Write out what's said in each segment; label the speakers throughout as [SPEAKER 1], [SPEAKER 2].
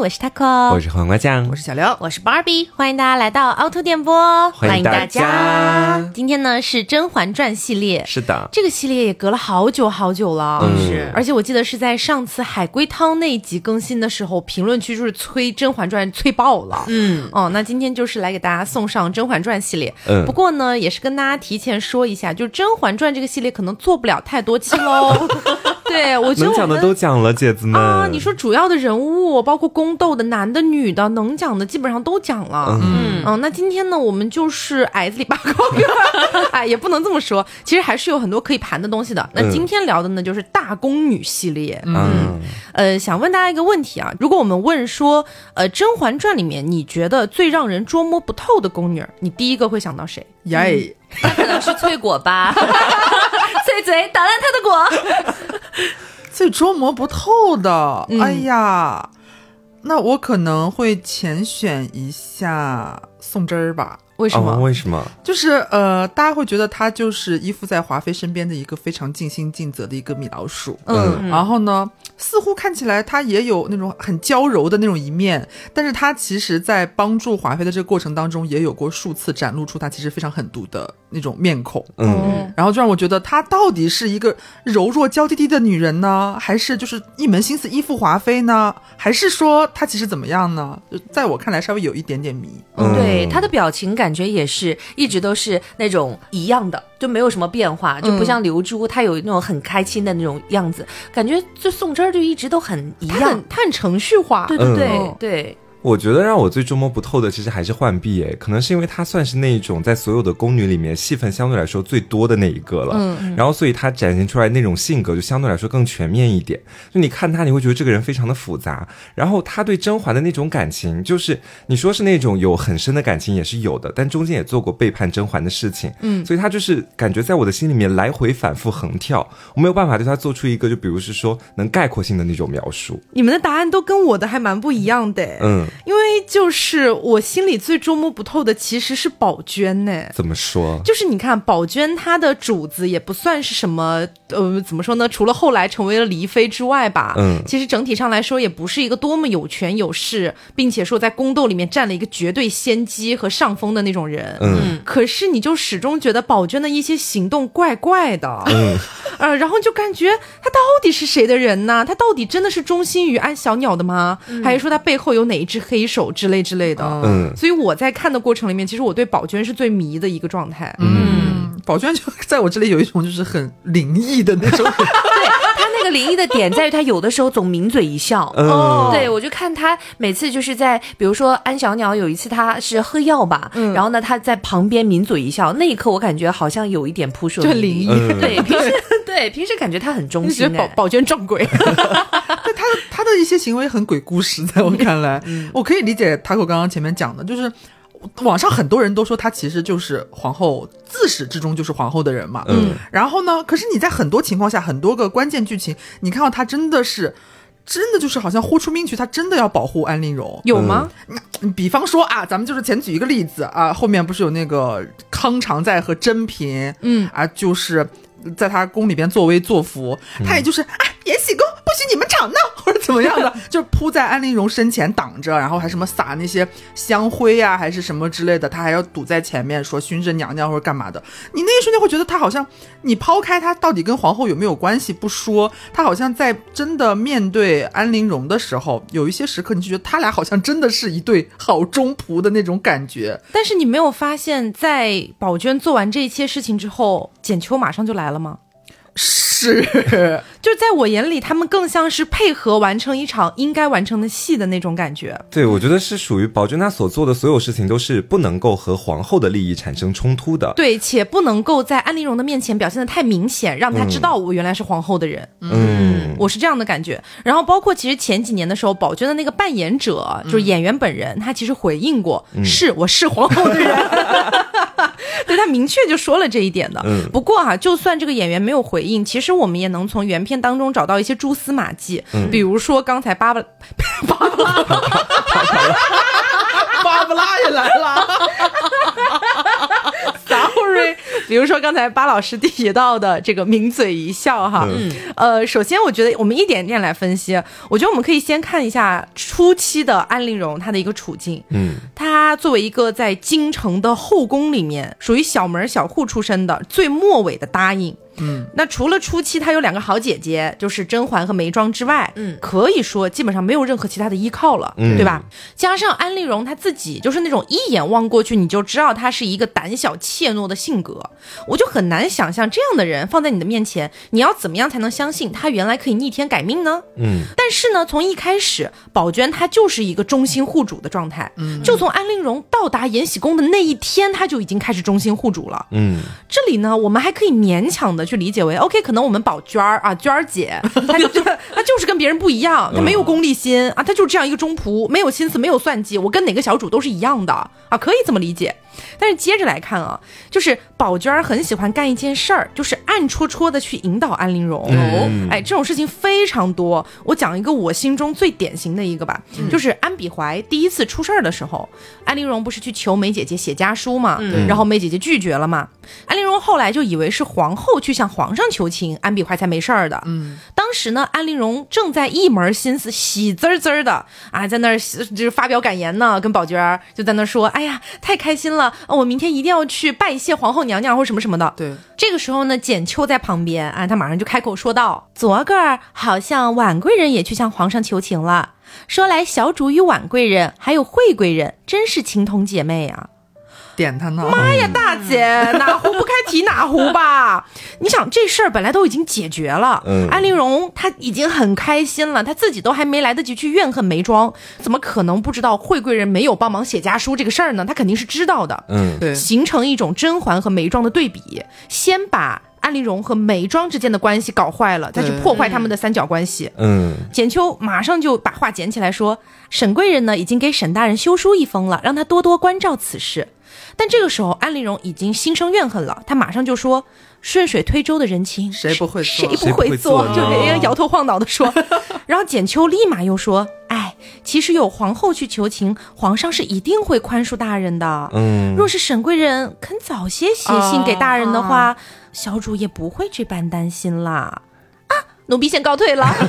[SPEAKER 1] 我是 taco，
[SPEAKER 2] 我是黄瓜酱，
[SPEAKER 3] 我是小刘，
[SPEAKER 1] 啊我是 Barbie，欢迎大家来到凹凸电波，
[SPEAKER 2] 欢迎大家。
[SPEAKER 1] 今天呢是《甄嬛传》系列，
[SPEAKER 2] 是的，
[SPEAKER 1] 这个系列也隔了好久好久了，
[SPEAKER 2] 嗯
[SPEAKER 3] 是
[SPEAKER 1] 而且我记得是在上次海龟汤那一集更新的时候，评论区就是催《甄嬛传》催爆了。
[SPEAKER 3] 嗯，
[SPEAKER 1] 哦，那今天就是来给大家送上《甄嬛传》系列。
[SPEAKER 2] 嗯
[SPEAKER 1] 不过呢，也是跟大家提前说一下，就是《甄嬛传》这个系列可能做不了太多期 喽。对，我觉得
[SPEAKER 2] 能
[SPEAKER 1] 我
[SPEAKER 2] 讲
[SPEAKER 1] 们
[SPEAKER 2] 的都讲了，姐子们
[SPEAKER 1] 啊，你说主要的人物，包括宫斗的男的、女的，能讲的基本上都讲了。嗯那今天呢，我们就是矮子里拔高个儿， 哎，也不能这么说，其实还是有很多可以盘的东西的。那今天聊的呢，就是大宫女系列。
[SPEAKER 2] 嗯，
[SPEAKER 1] 呃，想问大家一个问题啊，如果我们问说，呃，《甄嬛传》里面你觉得最让人捉摸不透的宫女儿，你第一个会想到 谁？
[SPEAKER 3] 耶，
[SPEAKER 4] 可能是翠果 吧。翠嘴打烂他的果，
[SPEAKER 3] 最捉摸不透的，哎呀，那我可能会浅选一下宋真儿吧。
[SPEAKER 1] 为什么？
[SPEAKER 2] 哦为什么？
[SPEAKER 3] 就是呃，大家会觉得她就是依附在华妃身边的一个非常尽心尽责的一个米老鼠，
[SPEAKER 1] 嗯，
[SPEAKER 3] 然后呢，似乎看起来她也有那种很娇柔的那种一面，但是她其实，在帮助华妃的这个过程当中，也有过数次展露出她其实非常狠毒的那种面孔。
[SPEAKER 2] 嗯，
[SPEAKER 1] 哦
[SPEAKER 3] 然后就让我觉得她到底是一个柔弱娇滴滴的女人呢，还是就是一门心思依附华妃呢？还是说她其实怎么样呢？就在我看来，稍微有一点点迷。
[SPEAKER 2] 嗯
[SPEAKER 4] 对他的表情感觉也是一直都是那种一样的，就没有什么变
[SPEAKER 1] 嗯
[SPEAKER 4] 化，就不像刘珠，她有那种很开心的那种样子，感觉就宋真儿就一直都很一
[SPEAKER 1] 她
[SPEAKER 4] 样
[SPEAKER 1] 很。她很程序化，
[SPEAKER 4] 对对对、
[SPEAKER 1] 嗯
[SPEAKER 4] 对，
[SPEAKER 2] 我觉得让我最捉摸不透的，其实还是浣碧耶，可能是因为她算是那一种在所有的宫女里面戏份相对来说最多的那一个了，嗯，然后所以她展现出来那种性格就相对来说更全面一点。就你看她，你会觉得这个人非常的复杂，然后她对甄嬛的那种感情，就是你说是那种有很深的感情也是有的，但中间也做过背叛甄嬛的事情，嗯，所以她就是感觉在我的心里面来回反复横跳，我没有办法对她做出一个就比如是说能概括性的那种描述，
[SPEAKER 1] 你们的答案都跟我的还蛮不一样的。
[SPEAKER 2] 嗯，
[SPEAKER 1] 因为就是我心里最捉摸不透的其实是宝娟呢。
[SPEAKER 2] 怎么说？
[SPEAKER 1] 就是你看宝娟她的主子也不算是什么，呃，怎么说呢？除了后来成为了离妃之外吧，
[SPEAKER 2] 嗯
[SPEAKER 1] 其实整体上来说也不是一个多么有权有势，并且说在宫斗里面占了一个绝对先机和上风的那种人。
[SPEAKER 2] 嗯
[SPEAKER 1] 可是你就始终觉得宝娟的一些行动怪怪的，
[SPEAKER 2] 嗯。
[SPEAKER 1] 呃，然后就感觉他到底是谁的人呢？他到底真的是忠心于安小鸟的吗？还是说他背后有哪一只黑手之类之类的？
[SPEAKER 2] 嗯
[SPEAKER 1] 所以我在看的过程里面，其实我对宝娟是最迷的一个状态。
[SPEAKER 3] 嗯，宝娟就 在我这里有一种就是很灵异的那种，
[SPEAKER 4] 他那个灵异的点在于，他有的时候总抿嘴一笑。
[SPEAKER 2] 嗯
[SPEAKER 4] 对，我就看他每次就是在，比如说安小鸟有一次他是喝药吧，
[SPEAKER 1] 嗯
[SPEAKER 4] 然后呢他在旁边抿嘴一笑，那一刻我感觉好像有一点扑朔
[SPEAKER 1] 就
[SPEAKER 4] 迷
[SPEAKER 1] 灵
[SPEAKER 4] 离
[SPEAKER 1] 异，
[SPEAKER 2] 嗯
[SPEAKER 4] 对，平时对平时感觉他很忠
[SPEAKER 1] 就觉
[SPEAKER 4] 心
[SPEAKER 1] 得
[SPEAKER 4] 哎、
[SPEAKER 1] 宝宝娟撞 鬼，
[SPEAKER 3] 但她的她的一些行为很鬼故事，在我看来，我可以理解 Taco 刚刚前面讲的，就是。网上很多人都说她其实就是皇后，自始至终就是皇后的人嘛。
[SPEAKER 2] 嗯
[SPEAKER 3] 然后呢，可是你在很多情况下，很多个关键剧情，你看到她真的是，真的就是好像豁出命去，她真的要保护安陵容。
[SPEAKER 1] 有吗？
[SPEAKER 3] 比方说啊，咱们就是前举一个例子啊，后面不是有那个康常在和珍嫔，
[SPEAKER 1] 嗯
[SPEAKER 3] 啊，就是在他宫里边作威作福，他也就是、啊，延禧宫不许你们吵闹或者怎么样的，就是扑在安陵容身前挡着，然后还什么撒那些香灰呀、啊还是什么之类的，他还要堵在前面说熏着娘娘或者干嘛的，你那一瞬间会觉得他好像，你抛开他到底跟皇后有没有关系不说，他好像在真的面对安陵容的时候，有一些时刻你就觉得他俩好像真的是一对好中仆的那种感觉。
[SPEAKER 1] 但是你没有发现，在宝娟做完这一切事情之后，简秋马上就来了吗？
[SPEAKER 3] 是，
[SPEAKER 1] 就在我眼里，他们更像是配合完成一场应该完成的戏的那种感觉。
[SPEAKER 2] 对，我觉得是属于宝娟她所做的所有事情都是不能够和皇后的利益产生冲突的。
[SPEAKER 1] 对，且不能够在安陵容的面前表现的太明显，让她知道我原来是皇后的人。
[SPEAKER 2] 嗯
[SPEAKER 1] 我是这样的感觉。然后包括其实前几年的时候，宝娟的那个扮演者
[SPEAKER 2] 嗯
[SPEAKER 1] 就是演员本人，他其实回应过，是我是皇后的 人。对他明确就说了这一点的，
[SPEAKER 2] 嗯
[SPEAKER 1] 不过哈、啊就算这个演员没有回应，其实我们也能从原片当中找到一些蛛丝马迹，
[SPEAKER 2] 嗯
[SPEAKER 1] 比如说刚才芭芭
[SPEAKER 3] 芭芭拉也来了，
[SPEAKER 1] ，sorry，比如说刚才巴老师提到的这个抿嘴一笑哈，
[SPEAKER 2] 嗯
[SPEAKER 1] 呃，首先我觉得我们一点点来分析，我觉得我们可以先看一下初期的安陵容她的一个处境。
[SPEAKER 2] 嗯
[SPEAKER 1] 她作为一个在京城的后宫里面属于小门小户出身的最末尾的答应，
[SPEAKER 3] 嗯，
[SPEAKER 1] 那除了初期她有两个好姐姐，就是甄嬛和眉庄之外，
[SPEAKER 4] 嗯
[SPEAKER 1] 可以说基本上没有任何其他的依靠了，
[SPEAKER 2] 嗯
[SPEAKER 1] 对吧？加上安陵容她自己就是那种一眼望过去你就知道她是一个胆小怯懦的性格，我就很难想象这样的人放在你的面前，你要怎么样才能相信她原来可以逆天改命呢？
[SPEAKER 2] 嗯
[SPEAKER 1] 但是呢，从一开始，宝娟她就是一个忠心护主的状态。嗯，就从安陵容到达延禧宫的那一天，她就已经开始忠心护主了。
[SPEAKER 2] 嗯
[SPEAKER 1] 这里呢，我们还可以勉强的去理解为，OK，可能我们宝娟儿啊，娟儿姐，她就 她就是跟别人不一样，她没有功利心啊，她就是这样一个中仆，没有心思，没有算计，我跟哪个小主都是一样的啊，可以这么理解。但是接着来看啊，就是宝娟儿很喜欢干一件事儿，就是暗戳戳的去引导安陵容。
[SPEAKER 2] 嗯
[SPEAKER 1] 哎，这种事情非常多。我讲一个我心中最典型的一个吧，就是安比怀第一次出事儿的时候，安陵容不是去求梅姐姐写家书嘛，然后梅姐姐拒绝了嘛。安陵容后来就以为是皇后去向皇上求情，安比怀才没事儿的。嗯，当时呢，安陵容正在一门心思喜滋儿滋儿的啊，在那儿喜就是发表感言呢，跟宝娟儿就在那儿说：“哎呀，太开心了，啊我明天一定要去拜谢皇后娘娘或什么什么的。”
[SPEAKER 3] 对，
[SPEAKER 1] 这个时候呢，简秋在旁边啊，他马上就开口说道：“昨个儿好像婉贵人也去向皇上求情了。说来，小主与婉贵人还有惠贵人真是情同姐妹啊！
[SPEAKER 3] 点他呢，
[SPEAKER 1] 哎呀，大 姐，哪壶不开提哪壶吧？你想这事儿本来都已经解决了，
[SPEAKER 2] 嗯
[SPEAKER 1] 安陵容她已经很开心了，她自己都还没来得及去怨恨眉庄，怎么可能不知道惠贵人没有帮忙写家书这个事儿呢？她肯定是知道的。
[SPEAKER 2] 嗯
[SPEAKER 3] 对，
[SPEAKER 1] 形成一种甄嬛和眉庄的对比，先把安陵容和眉庄之间的关系搞坏了，再去破坏他们的三角关系。
[SPEAKER 2] 嗯
[SPEAKER 1] 简秋马上就把话捡起来说：“沈贵人呢，已经给沈大人修书一封了，让他多多关照此事。”但这个时候，安陵容已经心生怨恨了，她马上就说：“顺水推舟的人情，
[SPEAKER 3] 谁不会
[SPEAKER 1] 谁
[SPEAKER 3] 做
[SPEAKER 1] 不会做？”
[SPEAKER 2] 谁不会做
[SPEAKER 1] 就给人家
[SPEAKER 2] 哦
[SPEAKER 1] 摇头晃脑的说。 然后简秋立马又说：“哎，其实有皇后去求情，皇上是一定会宽恕大人的。
[SPEAKER 2] 嗯，
[SPEAKER 1] 若是沈贵人肯早些写信给大人的话，小主也不会这般担心啦。啊，奴婢先告退了。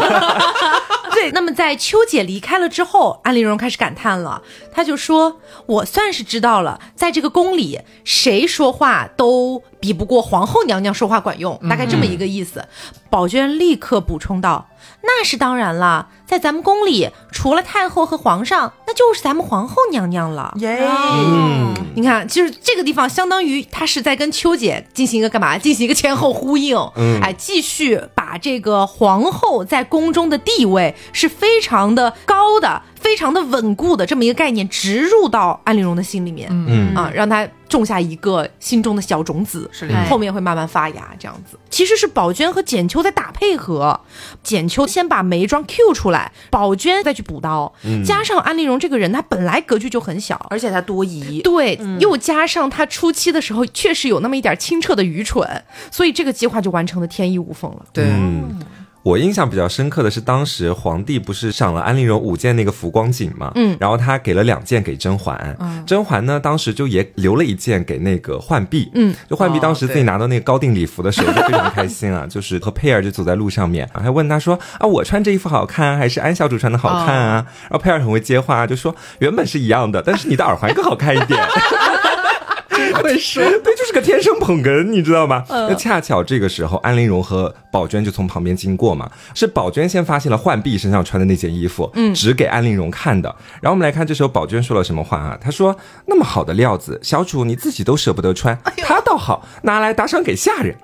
[SPEAKER 1] 对，那么在秋姐离开了之后，安陵容开始感叹了，她就说：“我算是知道了，在这个宫里，谁说话都比不过皇后娘娘说话管用，大概这么一个意思。宝娟立刻补充道：“那是当然啦，在咱们宫里，除了太后和皇上，那就是咱们皇后娘娘了。”啊
[SPEAKER 3] 耶，
[SPEAKER 2] 嗯
[SPEAKER 1] 你看，就是这个地方，相当于他是在跟秋姐进行一个干嘛？进行一个前后呼应，
[SPEAKER 2] 嗯
[SPEAKER 1] 哎，继续把这个皇后在宫中的地位是非常的高的、非常的稳固的这么一个概念植入到安陵容的心里面、
[SPEAKER 2] 嗯
[SPEAKER 1] 啊，让她种下一个心中的小种子，
[SPEAKER 3] 是
[SPEAKER 4] 哎
[SPEAKER 1] 后面会慢慢发芽，这样子。嗯其实是宝娟和简秋在打配合，简秋先把眉庄 Q 出来，宝娟再去补刀，加上安陵容这个人，她本来格局就很小，
[SPEAKER 4] 而且他多疑，
[SPEAKER 1] 对，又加上他初期的时候确实有那么一点清澈的愚蠢，所以这个计划就完成的天衣无缝了。
[SPEAKER 3] 对，
[SPEAKER 2] 嗯，我印象比较深刻的是，当时皇帝不是赏了安陵容五件那个浮光锦嘛，嗯，然后他给了两件给甄嬛，甄嬛呢当时就也留了一件给那个浣碧，嗯，就浣碧当时自己拿到那个高定礼服的时候就非常开心啊，就是和佩儿就走在路上面，还问他说啊，我穿这衣服好看啊还是安小主穿的好看啊？然后佩尔很会接话啊，就说原本是一样的，但是你的耳环更好看一点。 会说，嗯对，就是个天生捧哏，你知道吗？那恰巧这个时候，安陵容和宝娟就从旁边经过嘛，是宝娟先发现了浣碧身上穿的那件衣服，嗯，只给安陵容看的。然后我们来看这时候宝娟说了什么话啊？她说：“那么好的料子，小主你自己都舍不得穿，她倒好，拿来打赏给下 人。”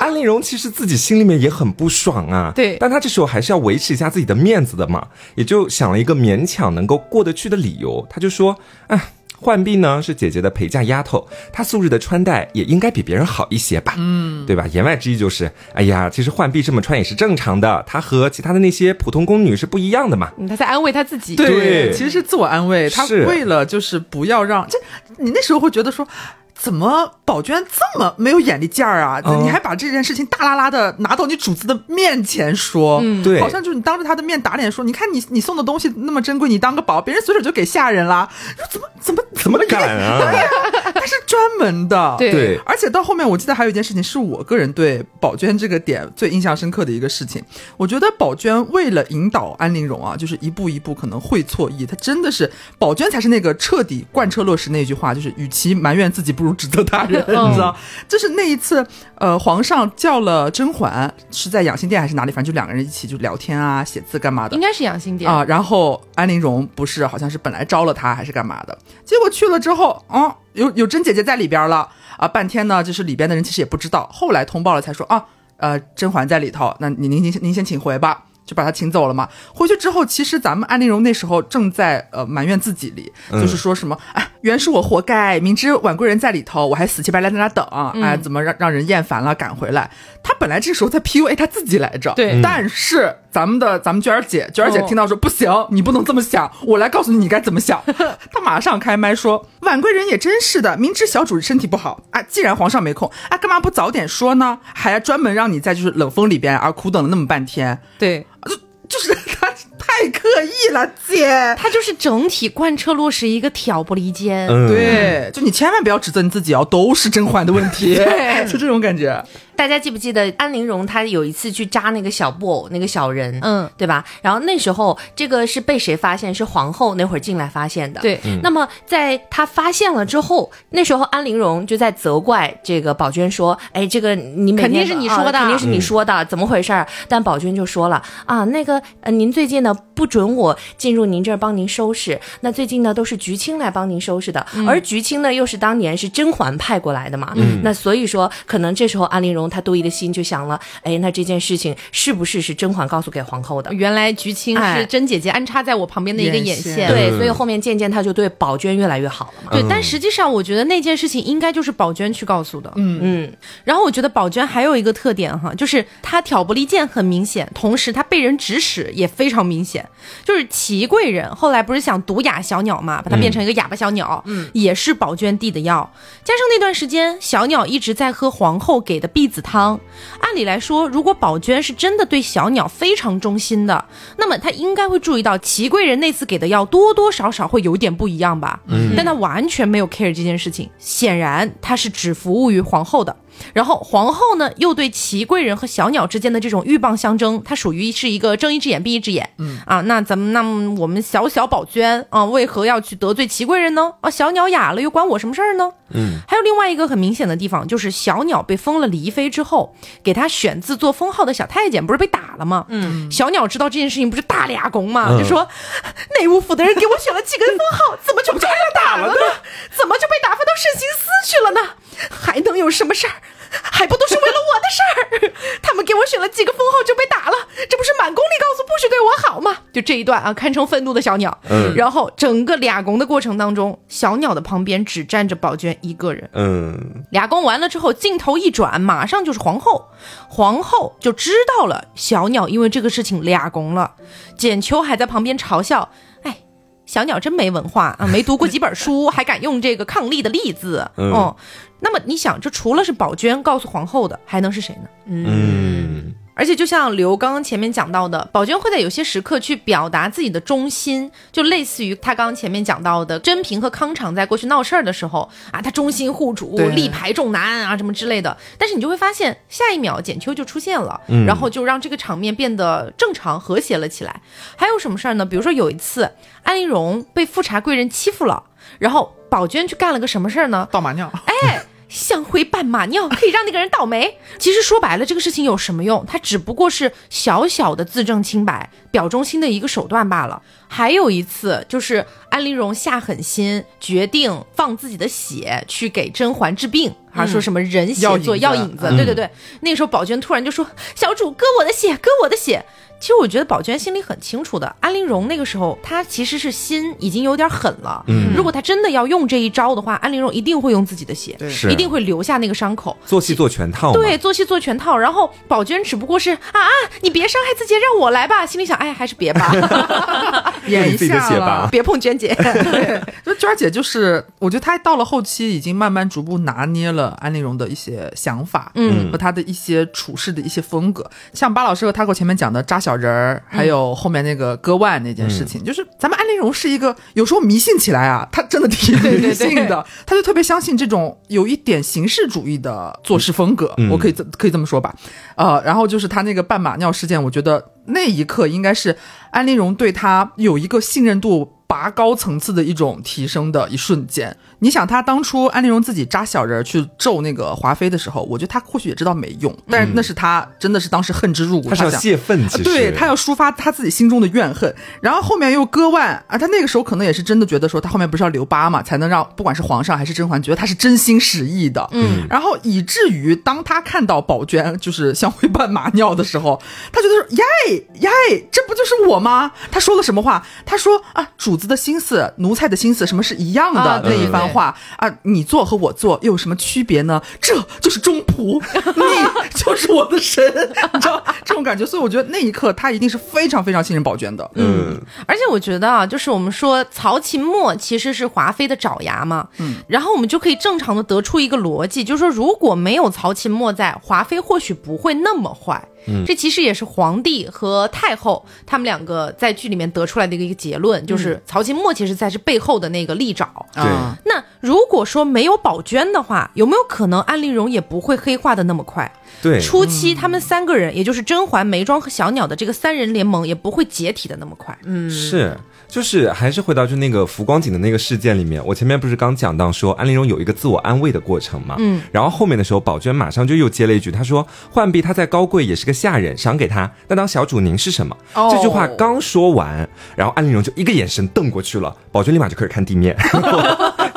[SPEAKER 2] 安陵容其实自己心里面也很不爽啊，
[SPEAKER 1] 对
[SPEAKER 2] 但她这时候还是要维持一下自己的面子的嘛，也就想了一个勉强能够过得去的理由，她就说：“哎。”浣碧呢是姐姐的陪嫁丫头，她素日的穿戴也应该比别人好一些吧，嗯，对吧？言外之意就是，哎呀，其实浣碧这么穿也是正常的，她和其他的那些普通宫女是不一样的嘛。
[SPEAKER 1] 嗯，他在安慰他自己。
[SPEAKER 2] 对
[SPEAKER 3] 其实是自我安慰，他
[SPEAKER 2] 是
[SPEAKER 3] 为了就是不要让这，你那时候会觉得说。怎么宝娟这么没有眼力见儿啊？
[SPEAKER 2] 嗯
[SPEAKER 3] 你还把这件事情大拉拉的拿到你主子的面前说，
[SPEAKER 2] 嗯对
[SPEAKER 3] 好像就是你当着他的面打脸说，你看你你送的东西那么珍贵，你当个宝，别人随手就给下人啦，你说怎么怎么
[SPEAKER 2] 怎么敢啊？
[SPEAKER 3] 但是专门的，
[SPEAKER 1] 对
[SPEAKER 2] 对，
[SPEAKER 3] 而且到后面，我记得还有一件事情是我个人对宝娟这个点最印象深刻的一个事情。我觉得宝娟为了引导安陵容啊，就是一步一步可能会错意，她真的是宝娟才是那个彻底贯彻落实那句话，就是与其埋怨自己，不如指责他人， 你知道？就是那一次，呃，皇上叫了甄嬛，是在养心殿还是哪里？反正就两个人一起就聊天啊，写字干嘛的
[SPEAKER 1] 应。该是养心殿
[SPEAKER 3] 啊、然后安陵容不是好像是本来招了他还是干嘛的，结果去了之后，嗯，有有甄姐姐在里边了啊，半天呢，就是里边的人其实也不知道，后来通报了才说啊，呃，甄嬛在里头，那您您您您先请回吧。就把她请走了嘛。回去之后，其实咱们安陵容那时候正在呃埋怨自己里，就是说什么哎，原是我活该，明知婉贵人在里头，我还死乞白赖在那等，哎，怎么让让人厌烦了，赶回来。她本来这时候在 PUA 她自己来着，
[SPEAKER 1] 对嗯
[SPEAKER 3] 但是咱们的咱们娟儿姐，娟儿姐
[SPEAKER 1] 哦
[SPEAKER 3] 听到说、不行，你不能这么想，我来告诉你你该怎么想。她马上开麦说，婉贵人也真是的，明知小主身体不好啊，既然皇上没空啊，干嘛不早点说呢？还专门让你在就是冷风里边啊苦等了那么半天。
[SPEAKER 1] 对。
[SPEAKER 3] 就是他太刻意了，姐。
[SPEAKER 1] 他就是整体贯彻落实一个挑拨离间，
[SPEAKER 2] 嗯，，
[SPEAKER 3] 对，就你千万不要指责你自己哦，都是甄嬛的问题， 就这种感觉。
[SPEAKER 4] 大家记不记得安陵容她有一次去扎那个小布偶那个小人，
[SPEAKER 1] 嗯，
[SPEAKER 4] 对吧？然后那时候这个是被谁发现？是皇后那会儿进来发现的。
[SPEAKER 1] 对，
[SPEAKER 4] 那么在她发现了之后，那时候安陵容就在责怪这个宝娟说：“哎，这个你每天
[SPEAKER 1] 肯定是你说的
[SPEAKER 4] 啊肯定是你说的，怎么回事儿？”但宝娟就说了：“啊，那个呃，您最近呢不准我进入您这儿帮您收拾，那最近呢都是菊青来帮您收拾的，
[SPEAKER 1] 嗯
[SPEAKER 4] 而菊青呢又是当年是甄嬛派过来的嘛，那所以说可能这时候安陵容她多疑的心就想了：哎，那这件事情是不是是甄嬛告诉给皇后的？
[SPEAKER 1] 原来菊青
[SPEAKER 4] 哎
[SPEAKER 1] 是甄姐姐安插在我旁边的一个眼
[SPEAKER 3] 眼
[SPEAKER 1] 线，
[SPEAKER 3] 线
[SPEAKER 4] 对，
[SPEAKER 2] 嗯
[SPEAKER 4] 所以后面渐渐她就对宝娟越来越好了嘛。
[SPEAKER 1] 对，但实际上我觉得那件事情应该就是宝娟去告诉的。嗯
[SPEAKER 4] 嗯，
[SPEAKER 1] 然后我觉得宝娟还有一个特点哈，就是她挑拨离间很明显，同时她被人指使也非常明显。就是祺贵人后来不是想毒哑小鸟嘛，把她变成一个哑巴小鸟，嗯，也是宝娟递的药。加上那段时间，小鸟一直在喝皇后给的避子汤。按理来说，如果宝娟是真的对小鸟非常忠心的，那么她应该会注意到祺贵人那次给的药多多少少会有点不一样吧。嗯，但她完全没有 care 这件事情，显然她是只服务于皇后的。然后皇后呢，又对祺贵人和小鸟之间的这种鹬蚌相争，它属于是一个睁一只眼闭一只眼。嗯啊，那咱们那么我们小小宝娟啊，为何要去得罪祺贵人呢？啊，小鸟哑了又关我什么事儿呢？嗯，还有另外一个很明显的地方，就是小鸟被封了离妃之后，给他选字做封号的小太监不是被打了吗？嗯，小鸟知道这件事情不是大俩拱嘛，
[SPEAKER 2] 嗯
[SPEAKER 1] 就说内务府的人给我选了几个封号，怎么就被他打 了呢？怎么就被打发到慎刑司去了呢？还能有什么事儿？还不都是为了我的事儿？ 他们给我选了几个封号就被打了，这不是满功力告诉不许对我好吗？就这一段啊，堪称愤怒的小鸟。
[SPEAKER 2] 嗯
[SPEAKER 1] 然后整个俩拱的过程当中，小鸟的旁边只站着宝娟一个人。
[SPEAKER 2] 嗯，
[SPEAKER 1] 俩公完了之后，镜头一转，马上就是皇后。皇后就知道了小鸟因为这个事情俩公了，简秋还在旁边嘲笑：“哎，小鸟真没文化啊，没读过几本书，还敢用这个抗力的力字。
[SPEAKER 2] 嗯
[SPEAKER 1] 哦，那么你想，这除了是宝娟告诉皇后的，还能是谁呢？
[SPEAKER 2] 嗯，
[SPEAKER 1] 而且就像刘刚刚前面讲到的，宝娟会在有些时刻去表达自己的忠心，就类似于她刚刚前面讲到的，甄平和康昶在过去闹事儿的时候啊，她忠心护主
[SPEAKER 3] 对，
[SPEAKER 1] 力排众难啊什么之类的。但是你就会发现，下一秒简秋就出现了，
[SPEAKER 2] 嗯
[SPEAKER 1] 然后就哎让这个场面变得正常和谐了起来。还有什么事儿呢？比如说有一次，安陵容被富察贵人欺负了，然后宝娟去干了个什么事儿呢？
[SPEAKER 3] 倒马尿，
[SPEAKER 1] 香哎灰拌马尿可以让那个人倒霉。其实说白了，这个事情有什么用？它只不过是小小的自证清白、表忠心的一个手段罢了。还有一次，就是安陵容下狠心，决定放自己的血去给甄嬛治病，还说什么人血
[SPEAKER 3] 嗯药引
[SPEAKER 1] 做
[SPEAKER 3] 子嗯
[SPEAKER 1] 药引子。对对对，那个时候宝娟突然就说：“小主，割我的血，割我的血。”其实我觉得宝娟心里很清楚的，安陵容那个时候她其实是心已经有点狠了。
[SPEAKER 2] 嗯
[SPEAKER 1] 如果她真的要用这一招的话，安陵容一定会用自己的血，
[SPEAKER 3] 对
[SPEAKER 2] 是
[SPEAKER 1] 一定会留下那个伤口。
[SPEAKER 2] 做戏做全套嘛，
[SPEAKER 1] 对，做戏做全套，然后宝娟只不过是啊啊，你别伤害自己，让我来吧。心里想，哎，还是别吧，
[SPEAKER 3] 演一
[SPEAKER 2] 自己的
[SPEAKER 3] 下
[SPEAKER 2] 血
[SPEAKER 3] 了
[SPEAKER 2] 吧。
[SPEAKER 1] 别碰娟姐。
[SPEAKER 3] 对，就娟儿姐就是，我觉得她到了后期已经慢慢逐步拿捏了了安陵容的一些想法，
[SPEAKER 1] 嗯
[SPEAKER 3] 和她的一些处事的一些风格。像巴老师和 Taco 前面讲的扎小人儿，还
[SPEAKER 1] 嗯
[SPEAKER 3] 有后面那个割腕那件事情，就是咱们安陵容是一个有时候迷信起来啊，她真的挺
[SPEAKER 1] 对对
[SPEAKER 3] 迷信的，她就特别相信这种有一点形式主义的做事风格，
[SPEAKER 2] 嗯
[SPEAKER 3] 我可以这可以这么说吧。呃，然后就是她那个半马尿事件，我觉得那一刻应该是安陵容对她有一个信任度。拔高层次的一种提升的一瞬间。你想，她当初安陵容自己扎小人儿去咒那个华妃的时候，我觉得她或许也知道没用，但是那是她真的是当时恨之入骨，
[SPEAKER 2] 嗯他是
[SPEAKER 3] 她
[SPEAKER 2] 要
[SPEAKER 3] 想
[SPEAKER 2] 泄愤，其实
[SPEAKER 3] 对他要抒发他自己心中的怨恨，然后后面又割腕啊，他那个时候可能也是真的觉得说他后面不是要留疤嘛，才能让不管是皇上还是甄嬛觉得他是真心实意的，嗯，然后以至于当他看到宝娟就是像会办马尿的时候，他觉得说耶耶，这不就是我吗？他说了什么话？他说啊，主子的心思，奴才的心思，什么是一样
[SPEAKER 1] 啊
[SPEAKER 3] 的那
[SPEAKER 1] 对
[SPEAKER 3] 一番
[SPEAKER 1] 对
[SPEAKER 3] 话啊？你做和我做又有什么区别呢？这就是中仆， 你就是我的神，你知道这种感觉。所以我觉得那一刻他一定是非常非常信任宝娟的。
[SPEAKER 2] 嗯，
[SPEAKER 1] 而且我觉得啊，就是我们说曹琴墨其实是华妃的爪牙嘛，嗯，然后我们就可以正常的得出一个逻辑，就是说如果没有曹琴墨在，华妃或许不会那么坏。嗯，这其实也是皇帝和太后他们两个在剧里面得出来的一个一个结论，就是曹琴墨其实才是背后的那个利爪。
[SPEAKER 2] 对
[SPEAKER 3] 啊
[SPEAKER 1] 那如果说没有宝娟的话，有没有可能安陵容也不会黑化的那么快？
[SPEAKER 2] 对，
[SPEAKER 3] 嗯
[SPEAKER 1] 初期他们三个人，也就是甄嬛、眉庄和小鸟的这个三人联盟，也不会解体的那么快。嗯，
[SPEAKER 2] 是，就是还是回到就那个浮光景的那个事件里面，我前面不是刚讲到说安陵容有一个自我安慰的过程嘛，嗯，然后后面的时候，宝娟马上就又接了一句，她说：“浣碧她在高贵也是个下人，赏给她，那当小主您是什么？”
[SPEAKER 3] 哦
[SPEAKER 2] 这句话刚说完，然后安陵容就一个眼神瞪过去了，宝娟立马就开始看地面。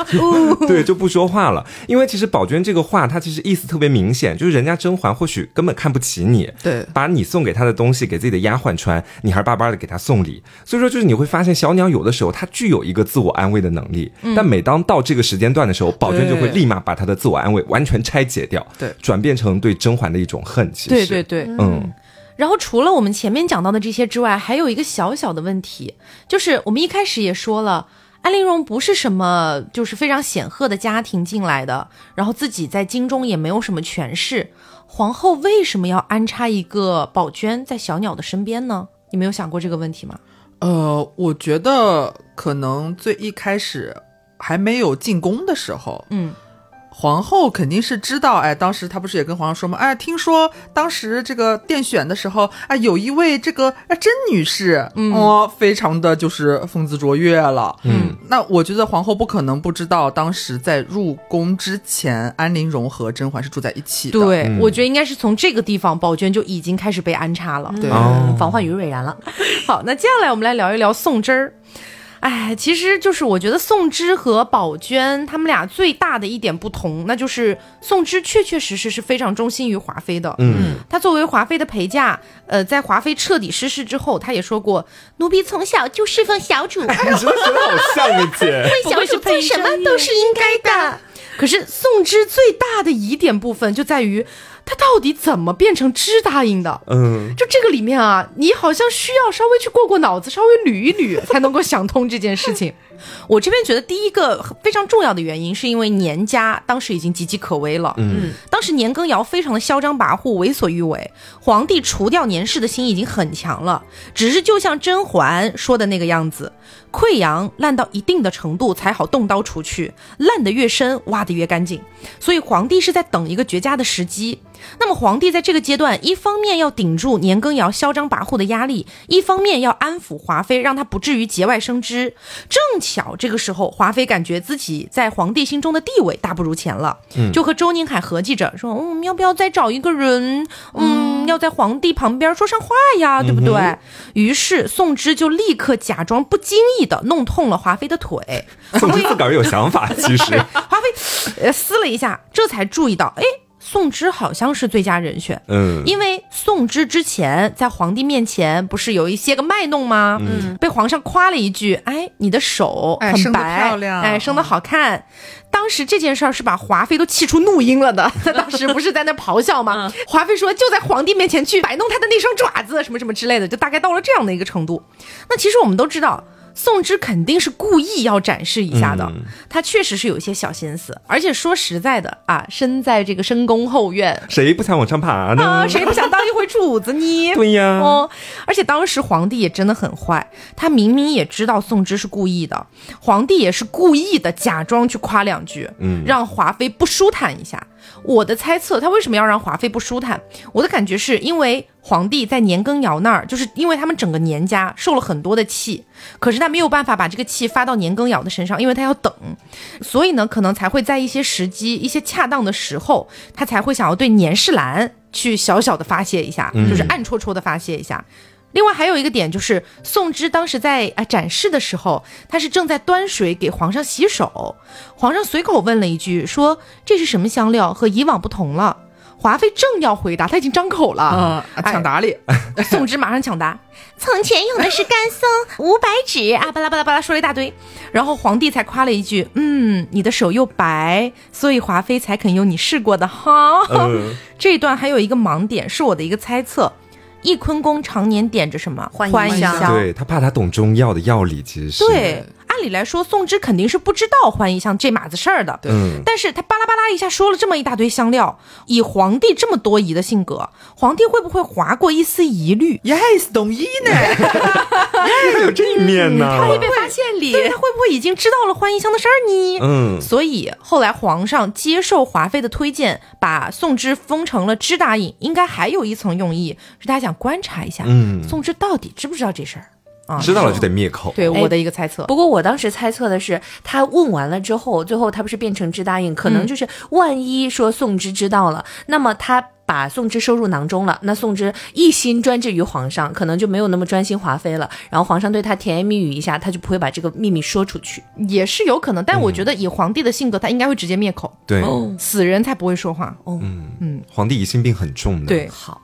[SPEAKER 2] 对，就不说话了。因为其实宝娟这个话，她其实意思特别明显，就是人家甄嬛或许根本看不起你，
[SPEAKER 3] 对
[SPEAKER 2] 把你送给她的东西给自己的丫鬟穿，你还巴巴的给她送礼。所以说，就是你会发现小鸟有的时候她具有一个自我安慰的能力，但每当到这个时间段的时候，宝娟就会
[SPEAKER 3] 嗯对
[SPEAKER 2] 立马把她的自我安慰完全拆解掉，
[SPEAKER 3] 对
[SPEAKER 2] 转变成对甄嬛的一种恨。其实，
[SPEAKER 3] 对对，对，
[SPEAKER 2] 嗯，
[SPEAKER 1] 然后除了我们前面讲到的这些之外，还有一个小小的问题，就是我们一开始也说了。安陵容不是什么就是非常显赫的家庭进来的，然后自己在京中也没有什么权势，皇后为什么要安插一个宝娟在小鸟的身边呢？你们有想过这个问题吗？
[SPEAKER 3] 呃，我觉得可能最一开始还没有进宫的时候，
[SPEAKER 1] 嗯，
[SPEAKER 3] 皇后肯定是知道，哎，当时她不是也跟皇上说吗？哎，听说当时这个殿选的时候，哎，有一位这个哎甄女士，嗯、哦，非常的就是风姿卓越了。
[SPEAKER 2] 嗯，
[SPEAKER 3] 那我觉得皇后不可能不知道，当时在入宫之前，安陵容和甄嬛是住在一起的。，
[SPEAKER 1] 对，
[SPEAKER 2] 嗯
[SPEAKER 1] 我觉得应该是从这个地方，宝娟就已经开始被安插了。
[SPEAKER 3] 对
[SPEAKER 2] 哦
[SPEAKER 4] 嗯，防患于未然了。
[SPEAKER 1] 好，那接下来我们来聊一聊宋芝儿。哎，其实就是我觉得宋芝和宝娟他们俩最大的一点不同，那就是宋芝确确实实是非常忠心于华妃的。
[SPEAKER 2] 嗯，
[SPEAKER 1] 她作为华妃的陪嫁，呃，在华妃彻底失势之后，她也说过，奴婢从小就侍奉小主，
[SPEAKER 2] 你
[SPEAKER 3] 嗯
[SPEAKER 2] 真的觉得好像啊， 姐。
[SPEAKER 1] 对小主做什么都是应该的。可是宋芝最大的疑点部分就在于，她到底怎么变成知答应的？
[SPEAKER 2] 嗯，
[SPEAKER 1] 就这个里面啊，你好像需要稍微去过过脑子，稍微捋一捋，才能够想通这件事情。 我这边觉得第一个非常重要的原因，是因为年家当时已经岌岌可危了。
[SPEAKER 2] 嗯，
[SPEAKER 1] 当时年羹尧非常的嚣张跋扈、为所欲为，皇帝除掉年氏的心已经很强了。只是就像甄嬛说的那个样子，溃疡烂到一定的程度才好动刀除去，烂得越深，挖得越干净。所以皇帝是在等一个绝佳的时机。那么皇帝在这个阶段，一方面要顶住年羹尧嚣张跋扈的压力，一方面要安抚华妃，让她不至于节外生枝。正巧这个时候，华妃感觉自己在皇帝心中的地位大不如前了，就和周宁海合计着说：“嗯，要不要再找一个人？嗯，要在皇帝旁边说上话呀，对不对？”于是宋芝就立刻假装不经意的弄痛了华妃的腿。
[SPEAKER 2] 宋芝自个儿有想法，其实，
[SPEAKER 1] 华妃呃撕了一下，这才注意到，哎，宋芝好像是最佳人选。
[SPEAKER 2] 嗯，
[SPEAKER 1] 因为宋芝之前在皇帝面前不是有一些个卖弄吗？嗯，被皇上夸了一句：“哎，你的手
[SPEAKER 3] 哎
[SPEAKER 1] 很
[SPEAKER 3] 生得
[SPEAKER 1] 白，
[SPEAKER 3] 漂亮
[SPEAKER 1] 哎，生得好看。”当时这件事儿是把华妃都气出怒音了的。 她当时不是在那咆哮
[SPEAKER 2] 嗯
[SPEAKER 1] 吗？华妃说：“就在皇帝面前去摆弄他的那双爪子，什么什么之类的，就大概到了这样的一个程度。”那其实我们都知道。宋芝肯定是故意要展示一下的，
[SPEAKER 2] 嗯
[SPEAKER 1] 她确实是有一些小心思。而且说实在的啊，身在这个深宫后院
[SPEAKER 2] 谁不想往上爬呢？
[SPEAKER 1] 啊，谁不想当一回主子呢？
[SPEAKER 2] 对呀、
[SPEAKER 1] 哦，而且当时皇帝也真的很坏，他明明也知道宋芝是故意的，皇帝也是故意的，假装去夸两句，
[SPEAKER 2] 嗯
[SPEAKER 1] 让华妃不舒坦一下。我的猜测，他为什么要让华妃不舒坦？我的感觉是因为皇帝在年羹尧那儿，就是因为他们整个年家受了很多的气，可是他没有办法把这个气发到年羹尧的身上，因为他要等，所以呢，可能才会在一些时机、一些恰当的时候，他才会想要对年世兰去小小的发泄一下，就是暗戳戳的发泄一下。另外还有一个点就是，宋芝当时在啊、呃展示的时候，她是正在端水给皇上洗手，皇上随口问了一句，说这是什么香料，和以往不同了。华妃正要回答，她已经张口了
[SPEAKER 3] 嗯，，抢答里，
[SPEAKER 1] 哎宋芝马上抢答， 从前用的是干松五百指啊，巴拉巴拉巴拉说了一大堆，然后皇帝才夸了一句，嗯，你的手又白，所以华妃才肯用你试过的哈。
[SPEAKER 2] 嗯，
[SPEAKER 1] 这一段还有一个盲点，是我的一个猜测。翊坤宫常年点着什么
[SPEAKER 4] 欢宜
[SPEAKER 1] 宜
[SPEAKER 4] 香
[SPEAKER 1] 香，
[SPEAKER 2] 对他怕他懂中药的药理，其实是
[SPEAKER 1] 啊对，按理来说，宋芝肯定是不知道欢宜香这码子事儿的。
[SPEAKER 3] 对
[SPEAKER 2] 嗯，
[SPEAKER 1] 但是他巴拉巴拉一下说了这么一大堆香料，以皇帝这么多疑的性格，皇帝会不会划过一丝疑虑？
[SPEAKER 3] ，yes，懂一呢，
[SPEAKER 2] 还 有这一面
[SPEAKER 1] 嗯
[SPEAKER 2] 呢，
[SPEAKER 4] 被发现里
[SPEAKER 1] 对，他会不会已经知道了欢宜香的事儿呢？
[SPEAKER 2] 嗯
[SPEAKER 1] 所以后来皇上接受华妃的推荐，把宋芝封成了知答尹，应该还有一层用意，是他想观察一下，
[SPEAKER 2] 嗯，
[SPEAKER 1] 宋芝到底知不知道这事儿啊？
[SPEAKER 2] 知道了就得灭口，
[SPEAKER 1] 对
[SPEAKER 4] 哎
[SPEAKER 1] 我的一个猜测。
[SPEAKER 4] 不过我当时猜测的是，他问完了之后，最后他不是变成知答应，可能就是万一说宋芝知道了，那么他。把宋芝收入囊中了，那宋芝一心专制于皇上，可能就没有那么专心华妃了。然后皇上对他甜言蜜语一下，他就不会把这个秘密说出去。
[SPEAKER 1] 也是有可能，
[SPEAKER 2] 嗯
[SPEAKER 1] 但我觉得以皇帝的性格，他应该会直接灭口，
[SPEAKER 2] 对，
[SPEAKER 1] 死人才不会说话。
[SPEAKER 2] 皇帝疑心病很重的，，
[SPEAKER 1] 对，
[SPEAKER 4] 好，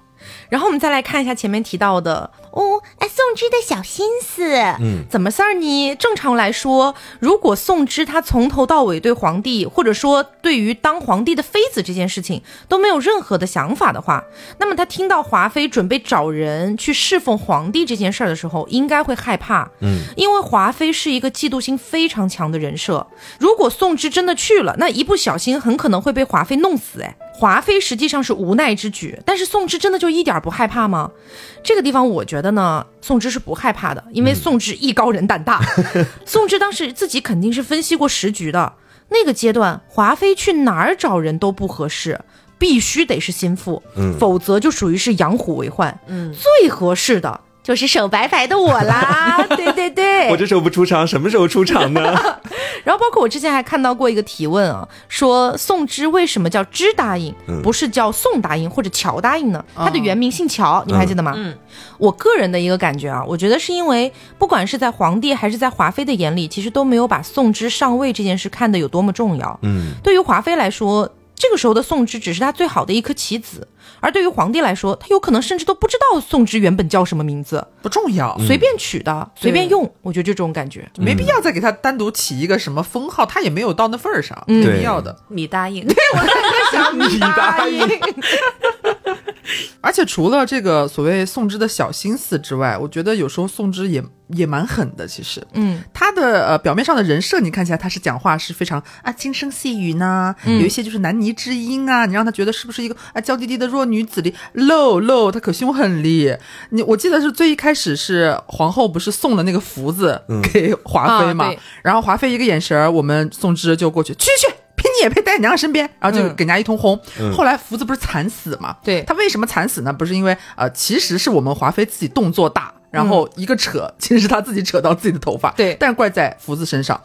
[SPEAKER 1] 然后我们再来看一下前面提到的哦，哎，宋芝的小心思，
[SPEAKER 2] 嗯，
[SPEAKER 1] 怎么事儿呢？正常来说，如果宋芝她从头到尾对皇帝，或者说对于当皇帝的妃子这件事情都没有任何的想法的话，那么她听到华妃准备找人去侍奉皇帝这件事儿的时候，应该会害怕，
[SPEAKER 2] 嗯，
[SPEAKER 1] 因为华妃是一个嫉妒心非常强的人设。如果宋芝真的去了，那一不小心很可能会被华妃弄死。哎，华妃实际上是无奈之举，但是宋芝真的就一点儿不害怕吗？这个地方我觉得呢，宋芝是不害怕的，因为宋芝艺高人胆大。嗯 宋芝当时自己肯定是分析过时局的。那个阶段，华妃去哪儿找人都不合适，必须得是心腹，
[SPEAKER 2] 嗯
[SPEAKER 1] 否则就属于是养虎为患。嗯，最合适的就是手白白的我 啦，对对对，
[SPEAKER 2] 我这时候不出场，什么时候出场呢？
[SPEAKER 1] 然后包括我之前还看到过一个提问啊，说宋芝为什么叫芝答应，不是叫宋答应或者乔答应呢？他的原名姓乔，你们还记得吗？啊嗯，我个人的一个感觉啊，我觉得是因为不管是在皇帝还是在华妃的眼里，其实都没有把宋芝上位这件事看得有多么重要。
[SPEAKER 2] 嗯，
[SPEAKER 1] 对于华妃来说，这个时候的宋芝只是她最好的一颗棋子。而对于皇帝来说，他有可能甚至都不知道宋芝原本叫什么名字，
[SPEAKER 3] 不重要，
[SPEAKER 1] 随便取的，随便用，我觉得就这种感觉。
[SPEAKER 3] 没必要再给他单独起一个什么封号，他也没有到那份儿上，
[SPEAKER 1] 嗯
[SPEAKER 3] 没必要的。
[SPEAKER 4] 米答应，
[SPEAKER 2] 你答应，
[SPEAKER 3] 而且除了这个所谓宋芝的小心思之外，我觉得有时候宋芝也也蛮狠的。其实，
[SPEAKER 1] 嗯，
[SPEAKER 3] 她的呃表面上的人设，你看起来她是讲话是非常啊轻声细语呢，
[SPEAKER 1] 嗯
[SPEAKER 3] 有一些就是男泥之音啊，你让她觉得是不是一个啊娇滴滴的弱女子哩？low low，她可凶狠哩。你我记得是最一开始是皇后不是送了那个福子给华妃
[SPEAKER 1] 嗯
[SPEAKER 3] 嘛，
[SPEAKER 1] 啊对
[SPEAKER 3] 然后华妃一个眼神儿，我们宋芝就过去去去。凭你也配待在娘身边，然后就
[SPEAKER 1] 嗯
[SPEAKER 3] 给人家一通轰。后来福子不是惨死嘛？
[SPEAKER 1] 对
[SPEAKER 3] 他为什么惨死呢？不是因为呃，其实是我们华妃自己动作大，然后一个扯，其实是她自己扯到自己的头发，
[SPEAKER 1] 嗯对
[SPEAKER 3] 但是怪在福子身上。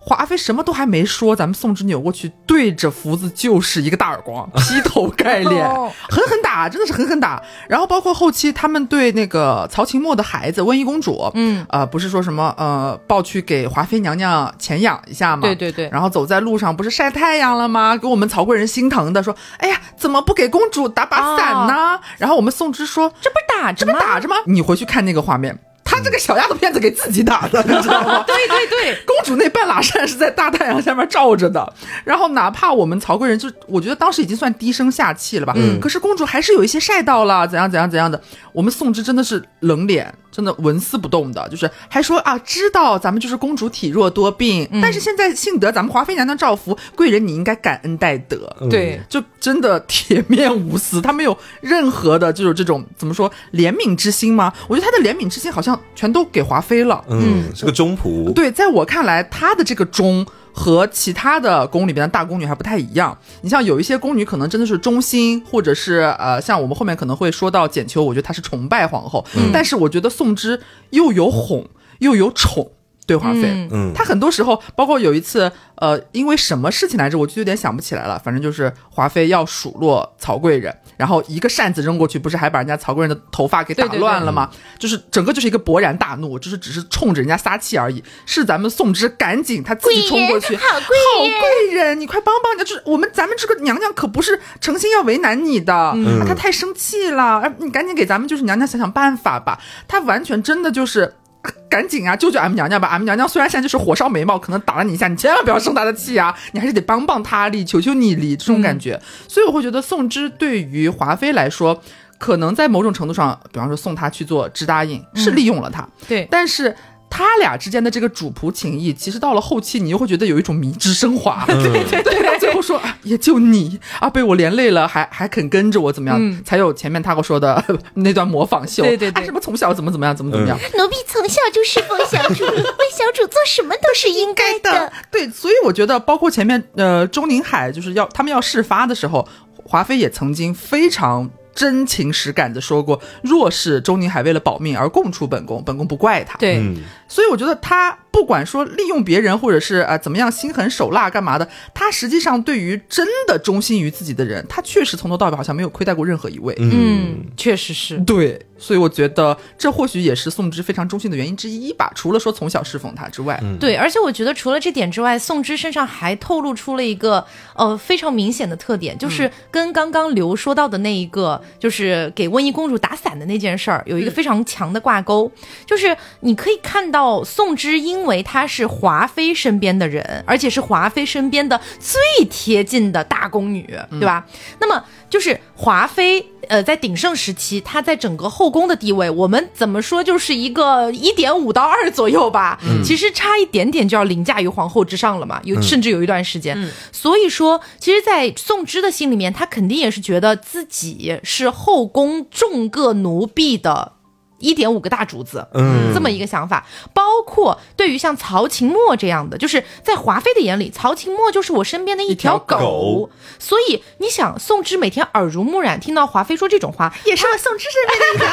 [SPEAKER 3] 华妃什么都还没说，咱们宋芝扭过去对着福子就是一个大耳 光，劈头盖脸，
[SPEAKER 1] 哦
[SPEAKER 3] 狠狠打，真的是狠狠打。然后包括后期他们对那个曹琴墨的孩子温宜公主，嗯，呃，不是说什么呃抱去给华妃娘娘前养一下嘛，
[SPEAKER 1] 对对对
[SPEAKER 3] 然后走在路上不是晒太阳了吗？给我们曹贵人心疼的说，哎呀，怎么不给公主打把伞呢？
[SPEAKER 1] 啊
[SPEAKER 3] 然后我们宋芝说，
[SPEAKER 1] 这不是打着
[SPEAKER 3] 这
[SPEAKER 1] 吗？
[SPEAKER 3] 不打着吗？你回去看那个画面，他这个小丫头片子给自己打 的，你知道吗？
[SPEAKER 1] 对对对，
[SPEAKER 3] 公主那半拉扇是在大太阳下面照着的，然后哪怕我们曹贵人就，我觉得当时已经算低声下气了吧，可是公主还是有一些晒到了，怎样怎样怎样的，我们宋芝真的是冷脸，真的纹丝不动的，就是还说啊，知道咱们就是公主体弱多病，但是现在幸得咱们华妃娘娘照拂，贵人你应该感恩戴德。
[SPEAKER 2] 嗯
[SPEAKER 1] 对，
[SPEAKER 3] 就真的铁面无私，他没有任何的就是这种怎么说怜悯之心吗？我觉得他的怜悯之心好像全都给华妃了。
[SPEAKER 2] 嗯，是个中
[SPEAKER 1] 哦
[SPEAKER 2] 仆，
[SPEAKER 3] 对，在我看来，她的这个忠和其他的宫里边的大宫女还不太一样。你像有一些宫女可能真的是忠心，或者是呃，像我们后面可能会说到简秋，我觉得她是崇拜皇后，但是我觉得宋芝又有哄又有宠。对华妃，
[SPEAKER 5] 嗯
[SPEAKER 2] 嗯
[SPEAKER 3] 她很多时候，包括有一次，呃，因为什么事情来着，我就有点想不起来了。反正就是华妃要数落曹贵人，然后一个扇子扔过去，不是还把人家曹贵人的头发给打
[SPEAKER 1] 对对对
[SPEAKER 3] 乱了吗？就是整个就是一个勃然大怒，就是只是冲着人家撒气而已。是咱们宋芝赶紧她自己冲过去，好贵人，你快帮帮你！就是我们咱们这个娘娘可不是诚心要为难你的，
[SPEAKER 2] 嗯
[SPEAKER 3] 啊她太生气了，啊你赶紧给咱们就是娘娘想想办法吧。她完全真的就是。 啊赶紧啊，救救俺们娘娘吧！俺们娘娘虽然现在就是火烧眉毛，可能打了你一下，你千万不要生她的气啊！你还是得帮帮她力，求求你力，这种感觉。所以我会觉得宋芝对于华妃来说，可能在某种程度上，比方说送她去做知答应，是利用了她，
[SPEAKER 1] 嗯对，
[SPEAKER 3] 但是。他俩之间的这个主仆情谊，其实到了后期，你又会觉得有一种迷之 升华。对对对，到最后说啊也就你啊，被我连累了，还还肯跟着我怎么样，才有前面他跟我说的 那段模仿秀。
[SPEAKER 1] 嗯对对对
[SPEAKER 3] 啊什么从小怎么怎么样，怎么怎么样。
[SPEAKER 4] 奴婢从小就是奉小主，为小主做什么都是应该 的。
[SPEAKER 3] 对，所以我觉得，包括前面呃，钟宁海就是要他们要事发的时候，华妃也曾经非常。真情实感的说过，若是钟宁海为了保命而供出本宫，本宫不怪他。
[SPEAKER 1] 对，
[SPEAKER 2] 嗯
[SPEAKER 3] 所以我觉得他不管说利用别人，或者是啊、呃怎么样心狠手辣干嘛的，他实际上对于真的忠心于自己的人，他确实从头到尾好像没有亏待过任何一位。
[SPEAKER 2] 嗯
[SPEAKER 1] 嗯，确实是。
[SPEAKER 3] 对，所以我觉得这或许也是宋芝非常忠心的原因之一吧。除了说从小侍奉他之外，
[SPEAKER 2] 嗯
[SPEAKER 1] 对，而且我觉得除了这点之外，宋芝身上还透露出了一个呃非常明显的特点，就是跟刚刚刘说到的那一个，就是给温宜公主打伞的那件事儿，有一个非常强的挂钩。就是你可以看到宋芝，因为她是华妃身边的人，而且是华妃身边的最贴近的大宫女，对吧？那么就是华妃。呃，在鼎盛时期，她在整个后宫的地位，我们怎么说就是一个一点五到二左右吧，其实差一点点就要凌驾于皇后之上了嘛，有甚至有一段时间。所以说，其实，在宋芝的心里面，她肯定也是觉得自己是后宫众个奴婢的一点五个大主子。
[SPEAKER 2] 嗯
[SPEAKER 1] 这么一个想法，包括对于像曹琴墨这样的，就是在华妃的眼里，曹琴墨就是我身边的一条
[SPEAKER 2] 一条狗
[SPEAKER 1] 所以你想，宋芝每天耳濡目染，听到华妃说这种话，
[SPEAKER 3] 也是我宋芝身边的一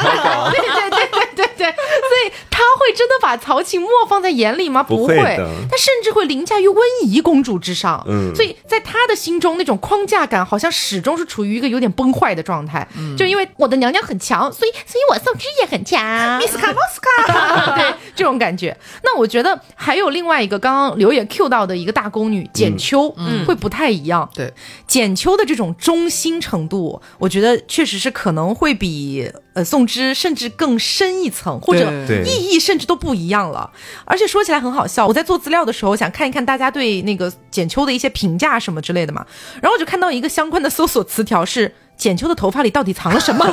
[SPEAKER 3] 条
[SPEAKER 1] 对对对对对对，所以他会真的把曹琴墨放在眼里吗？
[SPEAKER 2] 不
[SPEAKER 1] 会
[SPEAKER 2] 会的
[SPEAKER 4] 嗯
[SPEAKER 1] 他甚至会凌驾于温宜公主之上。
[SPEAKER 2] 嗯
[SPEAKER 1] 所以在他的心中，那种框架感好像始终是处于一个有点崩坏的状态。
[SPEAKER 4] 嗯
[SPEAKER 1] 就因为我的娘娘很强，所以所以我宋芝也很 强。
[SPEAKER 4] Miss 卡莫斯卡，
[SPEAKER 1] 对这种感觉。那我觉得还有另外一个，刚刚刘也 Q 到的一个大宫女
[SPEAKER 4] 嗯
[SPEAKER 1] 简秋，会不太一样。
[SPEAKER 3] 对，
[SPEAKER 1] 简秋的这种忠心程度，我觉得确实是可能会比呃宋芝甚至更深一层，或者
[SPEAKER 2] 对
[SPEAKER 1] 意义甚至都不一样了。而且说起来很好笑，我在做资料的时候想看一看大家对那个简秋的一些评价什么之类的嘛，然后我就看到一个相关的搜索词条是。简秋的头发里到底藏了什么？
[SPEAKER 2] 因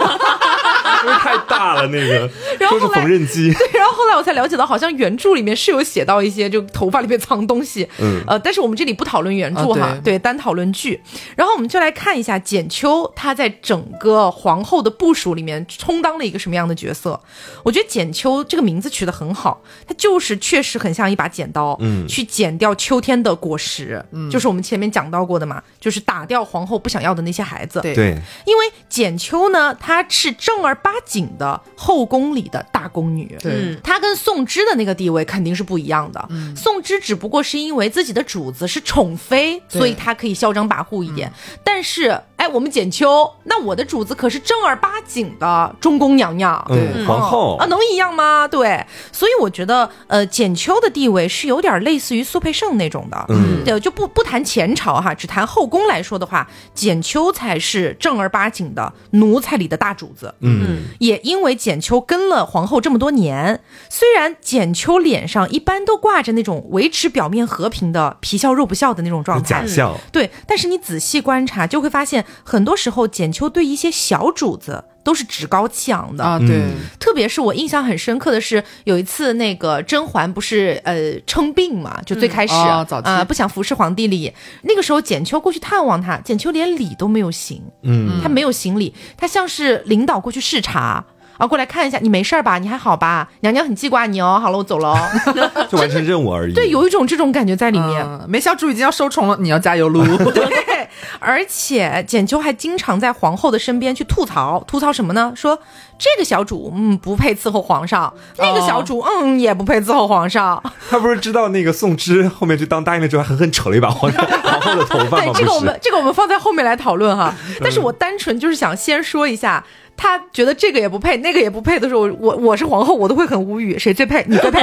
[SPEAKER 2] 为太大了那个，
[SPEAKER 1] 然后
[SPEAKER 2] 说是
[SPEAKER 1] 后来
[SPEAKER 2] 缝纫机，
[SPEAKER 1] 对，然后后来我才了解到，好像原著里面是有写到一些就头发里面藏东西，
[SPEAKER 2] 嗯
[SPEAKER 1] 呃，但是我们这里不讨论原著哈，
[SPEAKER 3] 啊
[SPEAKER 1] 对，单讨论剧。然后我们就来看一下简秋她在整个皇后的部署里面充当了一个什么样的角色。我觉得简秋这个名字取得很好，她就是确实很像一把剪刀，
[SPEAKER 2] 嗯
[SPEAKER 1] 去剪掉秋天的果实，嗯，就是我们前面讲到过的嘛，就是打掉皇后不想要的那些孩子，
[SPEAKER 3] 对
[SPEAKER 2] 对，
[SPEAKER 1] 因为简秋呢，她是正儿八经的后宫里的大宫女，
[SPEAKER 3] 对
[SPEAKER 1] 嗯，她跟宋芝的那个地位肯定是不一样的。
[SPEAKER 3] 嗯
[SPEAKER 1] 宋芝只不过是因为自己的主子是宠妃，
[SPEAKER 3] 对嗯
[SPEAKER 1] 所以她可以嚣张跋扈一点。但是，哎，我们简秋，那我的主子可是正儿八经的中宫娘娘，
[SPEAKER 2] 嗯，皇后
[SPEAKER 1] 啊，能一样吗？对，所以我觉得，呃，简秋的地位是有点类似于苏培盛那种的，
[SPEAKER 2] 嗯
[SPEAKER 1] 对，就不不谈前朝哈，只谈后宫来说的话，简秋才是正儿八经的奴才里的大主子。
[SPEAKER 2] 嗯
[SPEAKER 1] 也因为简秋跟了皇后这么多年，虽然简秋脸上一般都挂着那种维持表面和平的皮笑肉不笑的那种状态
[SPEAKER 2] 假，笑，
[SPEAKER 1] 对，但是你仔细观察就会发现，很多时候简秋对一些小主子都是趾高气昂的
[SPEAKER 3] 啊，对，
[SPEAKER 2] 嗯
[SPEAKER 1] 特别是我印象很深刻的是，有一次那个甄嬛不是呃称病嘛，就最开始
[SPEAKER 3] 嗯
[SPEAKER 1] 啊、
[SPEAKER 3] 哦早期
[SPEAKER 1] 不想服侍皇帝礼，那个时候简秋过去探望她，简秋连礼都没有行，
[SPEAKER 2] 嗯
[SPEAKER 1] 她没有行礼，她像是领导过去视察。啊，过来看一下，你没事儿吧？你还好吧？娘娘很记挂你哦。好了，我走了哦。
[SPEAKER 2] 就完成任务而已。
[SPEAKER 1] 对，有一种这种感觉在里面。
[SPEAKER 3] 嗯梅小主已经要收宠了，你要加油喽！哦
[SPEAKER 1] 对，而且简秋还经常在皇后的身边去吐槽，吐槽什么呢？说这个小主嗯不配伺候皇上，那个
[SPEAKER 3] 哦
[SPEAKER 1] 小主、嗯也不配伺候皇上。
[SPEAKER 2] 他不是知道那个宋芝后面去当答应了之后，还狠狠扯了一把皇上皇后的头发
[SPEAKER 1] 对
[SPEAKER 2] 吗？，
[SPEAKER 1] 这个我
[SPEAKER 2] 不
[SPEAKER 1] 们
[SPEAKER 2] 是，嗯
[SPEAKER 1] 这个我们放在后面来讨论哈。但是我单纯就是想先说一下。他觉得这个也不配，那个也不配的时候，我我是皇后，我都会很无语，谁最配？你 最配。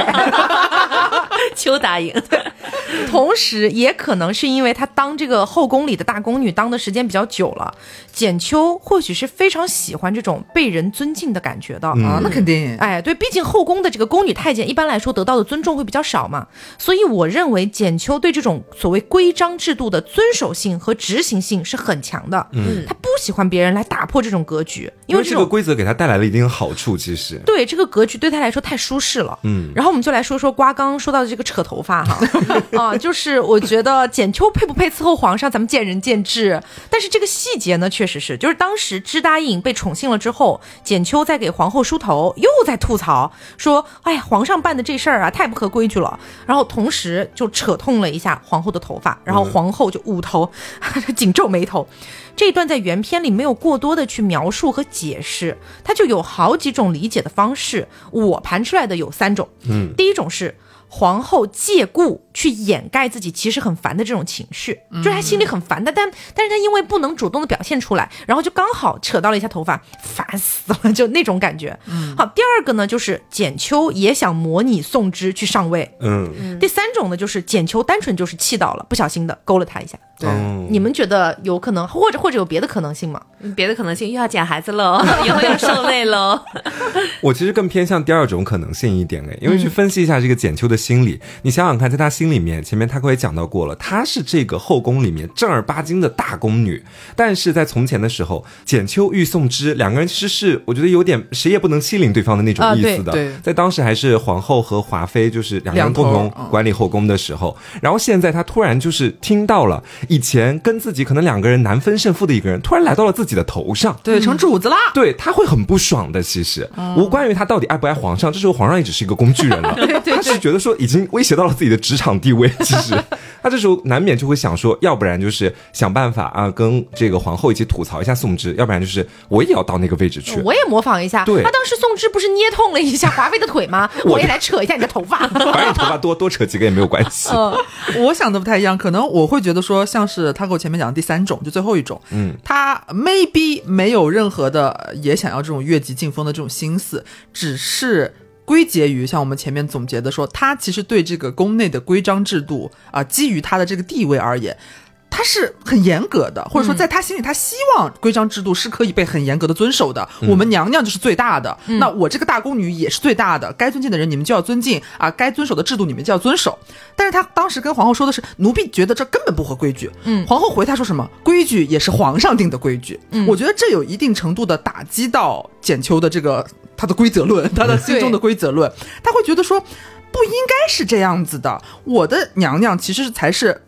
[SPEAKER 4] 秋答应，
[SPEAKER 1] 同时，也可能是因为她当这个后宫里的大宫女当的时间比较久了，简秋或许是非常喜欢这种被人尊敬的感觉的。
[SPEAKER 2] 嗯
[SPEAKER 3] 啊，那肯定，
[SPEAKER 1] 哎，对，毕竟后宫的这个宫女太监一般来说得到的尊重会比较少嘛，所以我认为简秋对这种所谓规章制度的遵守性和执行性是很强的。嗯，她不喜欢别人来打破这种格局，因
[SPEAKER 2] 嗯因
[SPEAKER 1] 为
[SPEAKER 2] 为
[SPEAKER 1] 这
[SPEAKER 2] 这个
[SPEAKER 1] 种
[SPEAKER 2] 规则给他带来了一定的好处，其实。
[SPEAKER 1] 对这个格局对她来说太舒适了。
[SPEAKER 2] 嗯，
[SPEAKER 1] 然后我们就来说说瓜刚刚说到的这个扯头发哈， 啊，就是我觉得简秋配不配伺候皇上，咱们见仁见智。但是这个细节呢，确实是，就是当时知答应被宠幸了之后，简秋在给皇后梳头，又在吐槽说，哎呀，皇上办的这事儿啊，太不合规矩了。然后同时就扯痛了一下皇后的头发，然后皇后就捂头， 紧皱眉头。这一段在原片里没有过多的去描述和解释，它就有好几种理解的方式。我盘出来的有三种，嗯，第一种是皇后借故去掩盖自己其实很烦的这种情绪，
[SPEAKER 2] 嗯
[SPEAKER 1] 就是她心里很烦，但但但是她因为不能主动的表现出来，然后就刚好扯到了一下头发，烦死了，就那种感觉。嗯，好，第二个呢就是简秋也想模拟宋芝去上位，
[SPEAKER 2] 嗯，
[SPEAKER 1] 第三种呢就是简秋单纯就是气到了，不小心的勾了她一下。
[SPEAKER 3] 对，
[SPEAKER 2] 哦
[SPEAKER 1] 你们觉得有可能，或者或者有别的可能性吗？
[SPEAKER 4] 别的可能性又要捡孩子喽， 以后要受累喽。
[SPEAKER 2] 我其实更偏向第二种可能性一点哎，因为
[SPEAKER 3] 嗯
[SPEAKER 2] 去分析一下这个简秋的心理，你想想看，在她心里面，前面他也讲到过了，她是这个后宫里面正儿八经的大宫女，但是在从前的时候，简秋与宋芝两个人其实是我觉得有点谁也不能欺凌对方的那种
[SPEAKER 1] 啊
[SPEAKER 2] 意
[SPEAKER 1] 对
[SPEAKER 2] 思的，
[SPEAKER 3] 对
[SPEAKER 2] 在当时还是皇后和华妃就是两个人
[SPEAKER 3] 两头
[SPEAKER 2] 共同
[SPEAKER 3] 嗯
[SPEAKER 2] 管理后宫的时候，然后现在她突然就是听到了以前跟自己可能两个人难分胜负的一个人，突然来到了自己的头上，
[SPEAKER 3] 对，成主子啦，
[SPEAKER 2] 对他会很不爽的。其实、
[SPEAKER 1] 哦
[SPEAKER 2] 无关于他到底爱不爱皇上，这时候皇上也只是一个工具 人了。他是觉得说已经威胁到了自己的职场地位，其 实他这时候难免就会想说，要不然就是想办法啊，跟这个皇后一起吐槽一下宋芝，要不然就是我也要到那个位置去。
[SPEAKER 1] 我也模仿一下，
[SPEAKER 2] 对
[SPEAKER 1] 他当时宋芝不是捏痛了一下华妃的腿吗？
[SPEAKER 2] 我
[SPEAKER 1] 我也来扯一下你的头 发。
[SPEAKER 2] 反正你头发多多扯几个也没有关 系。
[SPEAKER 1] 哦
[SPEAKER 3] 我想的不太一样，可能我会觉得说，像是他给我前面讲的第三种，就最后一种，嗯，他 maybe 没有任何的呃也想要这种越级进风的这种心思，只是。归结于像我们前面总结的说，他其实对这个宫内的规章制度啊、基于他的这个地位而言，他是很严格的，或者说在他心里，他希望规章制度是可以被很严格的遵守的。我们娘娘就是最大的，那我这个大宫女也是最大的，该尊敬的人你们就要尊敬啊，该遵守的制度你们就要遵守。但是他当时跟皇后说的是，奴婢觉得这根本不合规矩。嗯，皇后回他说什么？规矩也是皇上定的规矩。嗯，我觉得这有一定程度的打击到简秋的这个他的规则论，他的心中的规则论，他会觉得说。不应该是这样子的，我的娘娘其实才是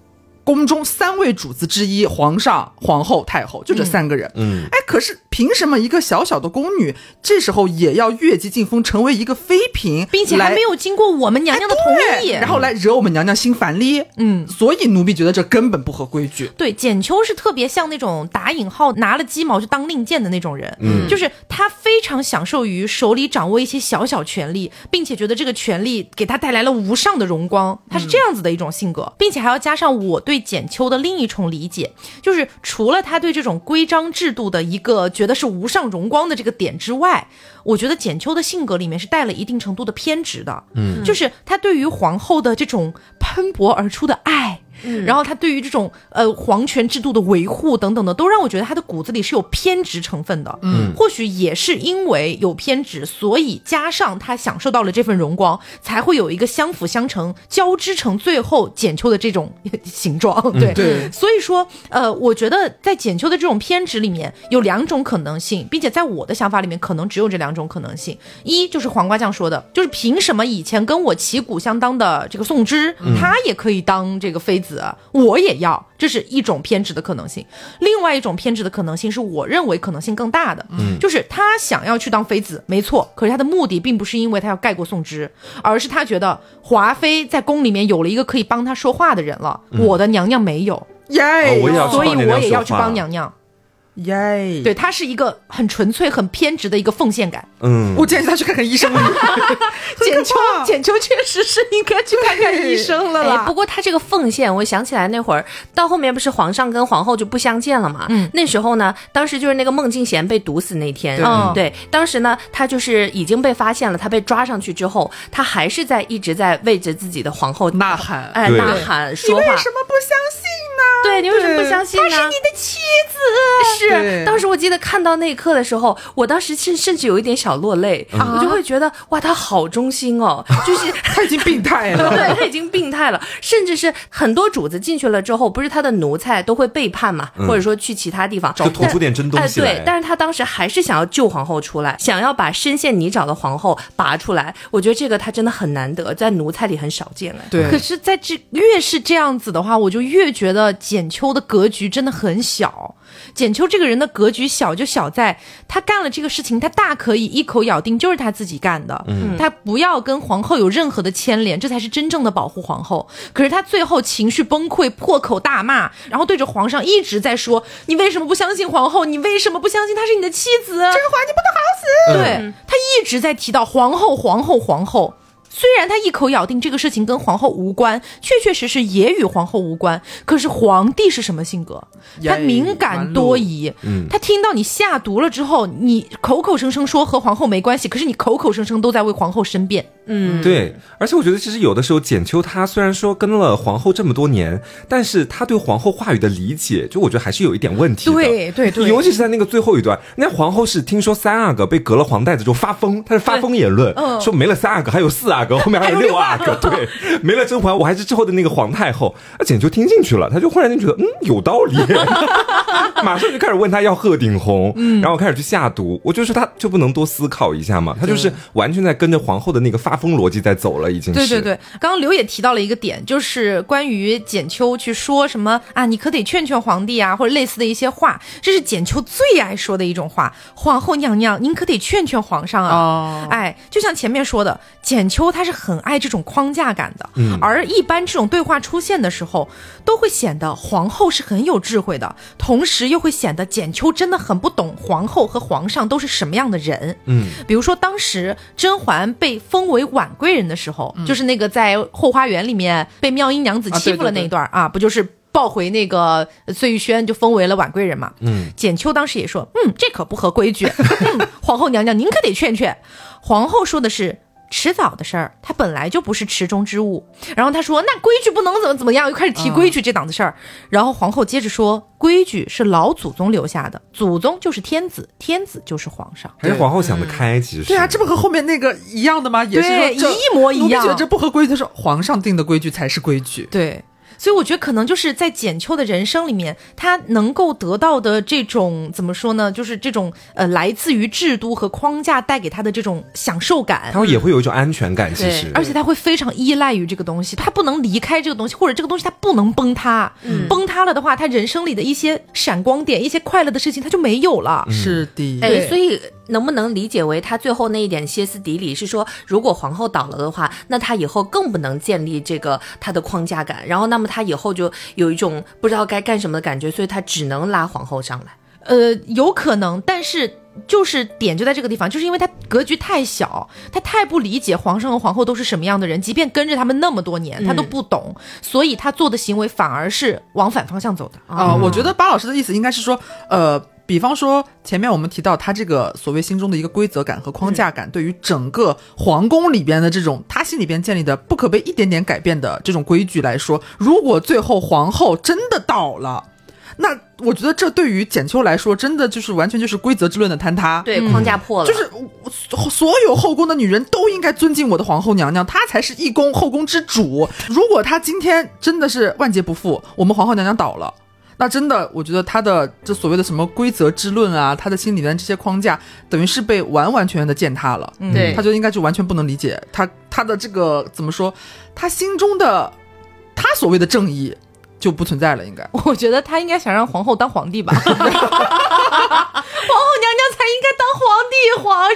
[SPEAKER 3] 宫中三位主子之一，皇上、皇后、太后，就这三个人。
[SPEAKER 2] 嗯，
[SPEAKER 3] 哎，可是凭什么一个小小的宫女，这时候也要越级进风，成为一个妃嫔，
[SPEAKER 1] 并且还
[SPEAKER 3] 来哎
[SPEAKER 1] 没有经过我们娘娘的同
[SPEAKER 3] 对
[SPEAKER 1] 意。
[SPEAKER 2] 哎
[SPEAKER 3] 然后来惹我们娘娘心烦哩？嗯，所以奴婢觉得这根本不合规矩。
[SPEAKER 1] 对，简秋是特别像那种打引号拿了鸡毛就当令箭的那种人，
[SPEAKER 2] 嗯
[SPEAKER 1] 就是他非常享受于手里掌握一些小小权利，并且觉得这个权利给他带来了无上的荣光，他是这样子的一种性格，并且还要加上我对简秋的另一重理解，就是除了他对这种规章制度的一个觉得是无上荣光的这个点之外，我觉得简秋的性格里面是带了一定程度的偏执的，嗯，就是他对于皇后的这种喷薄而出的爱。然后他对于这种呃皇权制度的维护等等的，都让我觉得他的骨子里是有偏执成分的。嗯，或许也是因为有偏执，所以加上他享受到了这份荣光，才会有一个相辅相成、交织成最后简秋的这种 形状。嗯对，
[SPEAKER 3] 对
[SPEAKER 1] 所以说，呃，我觉得在简秋的这种偏执里面有两种可能性，并且在我的想法里面，可能只有这两种可能性。一就是黄瓜酱说的，就是凭什么以前跟我旗鼓相当的这个宋芝，她也可以当这个妃子，我也要，这是一种偏执的可能性。另外一种偏执的可能性是我认为可能性更大的，就是她想要去当妃子，没错，可是她的目的并不是因为她要盖过宋芝，而是她觉得华妃在宫里面有了一个可以帮她说话的人了，我的娘娘没有。
[SPEAKER 3] 耶、
[SPEAKER 2] 哦我也要去
[SPEAKER 1] 所以
[SPEAKER 2] 帮娘娘
[SPEAKER 1] 我也
[SPEAKER 2] 说
[SPEAKER 1] 要去
[SPEAKER 2] 话
[SPEAKER 1] 帮娘娘。
[SPEAKER 3] 耶，
[SPEAKER 1] 对，他是一个很纯粹、很偏执的一个奉献感。
[SPEAKER 2] 嗯，
[SPEAKER 3] 我建议他去看看医 生。
[SPEAKER 1] 简
[SPEAKER 3] 很
[SPEAKER 1] 秋
[SPEAKER 3] 可怕，
[SPEAKER 1] 简秋确实是应该去看看医生了
[SPEAKER 4] 哎
[SPEAKER 1] 啦。，
[SPEAKER 4] 不过他这个奉献，我想起来那会儿，到后面不是皇上跟皇后就不相见了嘛？
[SPEAKER 1] 嗯，
[SPEAKER 4] 那时候呢，当时就是那个孟静娴被毒死那天，
[SPEAKER 3] 对
[SPEAKER 1] 嗯
[SPEAKER 4] 对，当时呢，他就是已经被发现了，他被抓上去之后，他还是在一直在为着自己的皇后
[SPEAKER 3] 呐喊
[SPEAKER 4] 哎，
[SPEAKER 2] 对
[SPEAKER 4] 呐喊说
[SPEAKER 3] 为
[SPEAKER 4] 话，
[SPEAKER 3] 什么不相信呢？
[SPEAKER 4] 对，你为什么不
[SPEAKER 3] 对
[SPEAKER 4] 相信呢？
[SPEAKER 6] 的妻子，
[SPEAKER 4] 是，
[SPEAKER 3] 对
[SPEAKER 4] 当时我记得看到那一刻的时候，我当时甚甚至有一点小落泪，
[SPEAKER 3] 啊
[SPEAKER 4] 我就会觉得哇，他好忠心哦，就是。
[SPEAKER 3] 他已经病态了。
[SPEAKER 4] 对他已经病 态了，甚至是很多主子进去了之后，不是他的奴才都会背叛嘛，或者说去其他地方
[SPEAKER 2] 嗯就吐
[SPEAKER 4] 但
[SPEAKER 2] 出点真东西
[SPEAKER 4] 哎。
[SPEAKER 2] 来。
[SPEAKER 4] 对，但是他当时还是想要救皇后出来，想要把深陷泥沼的皇后拔出来。我觉得这个他真的很难得，在奴才里很少见哎。
[SPEAKER 1] 可
[SPEAKER 3] 对，
[SPEAKER 1] 是，在这越是这样子的话，我就越觉得简秋的格局真的很小。简秋这个人的格局小，就小在他干了这个事情，他大可以一口咬定就是他自己干的，嗯、他不要跟皇后有任何的牵连，这才是真正的保护皇后。可是他最后情绪崩溃，破口大骂，然后对着皇上一直在说：“你为什么不相信皇后？你为什么不相信她是你的妻子？”对他一直在提到皇后，皇后，皇后。虽然他一口咬定这个事情跟皇后无关，确确实实也与皇后无关。可是皇帝是什么性格？他
[SPEAKER 3] 耶
[SPEAKER 1] 敏感多疑。他听到你下毒了之后，你口口声声说和皇后没关系，可是你口口声声都在为皇后申辩。
[SPEAKER 2] 对，而且我觉得其实有的时候简秋她虽然说跟了皇后这么多年，但是她对皇后话语的理解，就我觉得还是有一点问题的。
[SPEAKER 1] 对对对
[SPEAKER 2] 尤其是在那个最后一段，那皇后是听说三阿哥被革了黄带子之后发疯，她是发疯言论，说没了三阿哥，还有四阿哥，后面还有六阿哥，对，没了甄嬛，我还是之后的那个皇太后。那简秋听进去了，她就忽然间觉得，嗯，有道理。马上就开始问他要鹤顶红，然后开始去下毒。我就说他就不能多思考一下嘛，他就是完全在跟着皇后的那个发疯逻辑在走了，已经是。
[SPEAKER 1] 对对对，刚刚刘也提到了一个点，就是关于简秋去说什么啊，你可得劝劝皇帝啊，或者类似的一些话，这是简秋最爱说的一种话。皇后娘娘，您可得劝劝皇上啊。
[SPEAKER 3] 哦
[SPEAKER 1] 哎，就像前面说的，简秋她是很爱这种框架感的，而一般这种对话出现的时候，都会显得皇后是很有智慧的，同时又会显得简秋真的很不懂皇后和皇上都是什么样的人。
[SPEAKER 2] 嗯，
[SPEAKER 1] 比如说当时甄嬛被封为婉贵人的时候，
[SPEAKER 3] 嗯
[SPEAKER 1] 就是那个在后花园里面被妙音娘子
[SPEAKER 3] 啊
[SPEAKER 1] 欺
[SPEAKER 3] 对
[SPEAKER 1] 负了
[SPEAKER 3] 对
[SPEAKER 1] 那
[SPEAKER 3] 对
[SPEAKER 1] 一段儿啊不就是抱回那个呃碎玉轩就封为了婉贵人嘛？嗯，简秋当时也说，嗯，这可不合规矩， 嗯皇后娘娘您可得劝劝。皇后说的是。迟早的事儿，她本来就不是池中之物。然后她说：“那规矩不能怎么怎么样。”又开始提规
[SPEAKER 3] 嗯
[SPEAKER 1] 矩这档子事儿。然后皇后接着说：“规矩是老祖宗留下的，祖宗就是天子，天子就是皇上。”
[SPEAKER 2] 还是皇后想得开，其实。
[SPEAKER 3] 对啊，这不和后面那个一样的吗？也是
[SPEAKER 1] 对
[SPEAKER 3] 说这
[SPEAKER 1] 一模一样
[SPEAKER 3] 奴婢觉得这不合规矩，他说皇上定的规矩才是规矩。
[SPEAKER 1] 对，所以我觉得可能就是在简秋的人生里面，他能够得到的这种怎么说呢，就是这种呃来自于制度和框架带给他的这种享受感。
[SPEAKER 2] 他也会有一种安全感，其
[SPEAKER 4] 对
[SPEAKER 2] 实。
[SPEAKER 1] 而且他会非常依赖于这个东西，他不能离开这个东西，或者这个东西他不能崩塌。崩塌了的话，他人生里的一些闪光点、一些快乐的事情，他就没有
[SPEAKER 2] 嗯
[SPEAKER 1] 了。
[SPEAKER 3] 是的，
[SPEAKER 4] 哎，所以能不能理解为他最后那一点歇斯底里是说，如果皇后倒了的话，那他以后更不能建立这个他的框架感，然后那么他以后就有一种不知道该干什么的感觉，所以他只能拉皇后上来。
[SPEAKER 1] 呃，有可能，但是就是点就在这个地方，就是因为他格局太小，他太不理解皇上和皇后都是什么样的人，即便跟着他们那么多
[SPEAKER 7] 嗯
[SPEAKER 1] 年，他都不懂，所以他做的行为反而是往反方向走的。
[SPEAKER 3] 啊、我觉得巴老师的意思应该是说，呃，比方说，前面我们提到他这个所谓心中的一个规则感和框架感，对于整个皇宫里边的这种他心里边建立的不可被一点点改变的这种规矩来说，如果最后皇后真的倒了，那我觉得这对于简秋来说，真的就是完全就是规则之论的坍塌。
[SPEAKER 4] 对，框架破了，
[SPEAKER 3] 就是我所所有后宫的女人都应该尊敬我的皇后娘娘，她才是一宫后宫之主。如果她今天真的是万劫不复，我们皇后娘娘倒了。那真的，我觉得她的这所谓的什么规则之论啊，她的心里面这些框架，等于是被完完全全的践踏了。
[SPEAKER 4] 嗯对
[SPEAKER 3] 她就应该就完全不能理解她她的这个怎么说，她心中的她所谓的正义就不存在了，应该。
[SPEAKER 7] 我觉得他应该想让皇后当皇帝 吧，皇后娘娘才应该当皇帝皇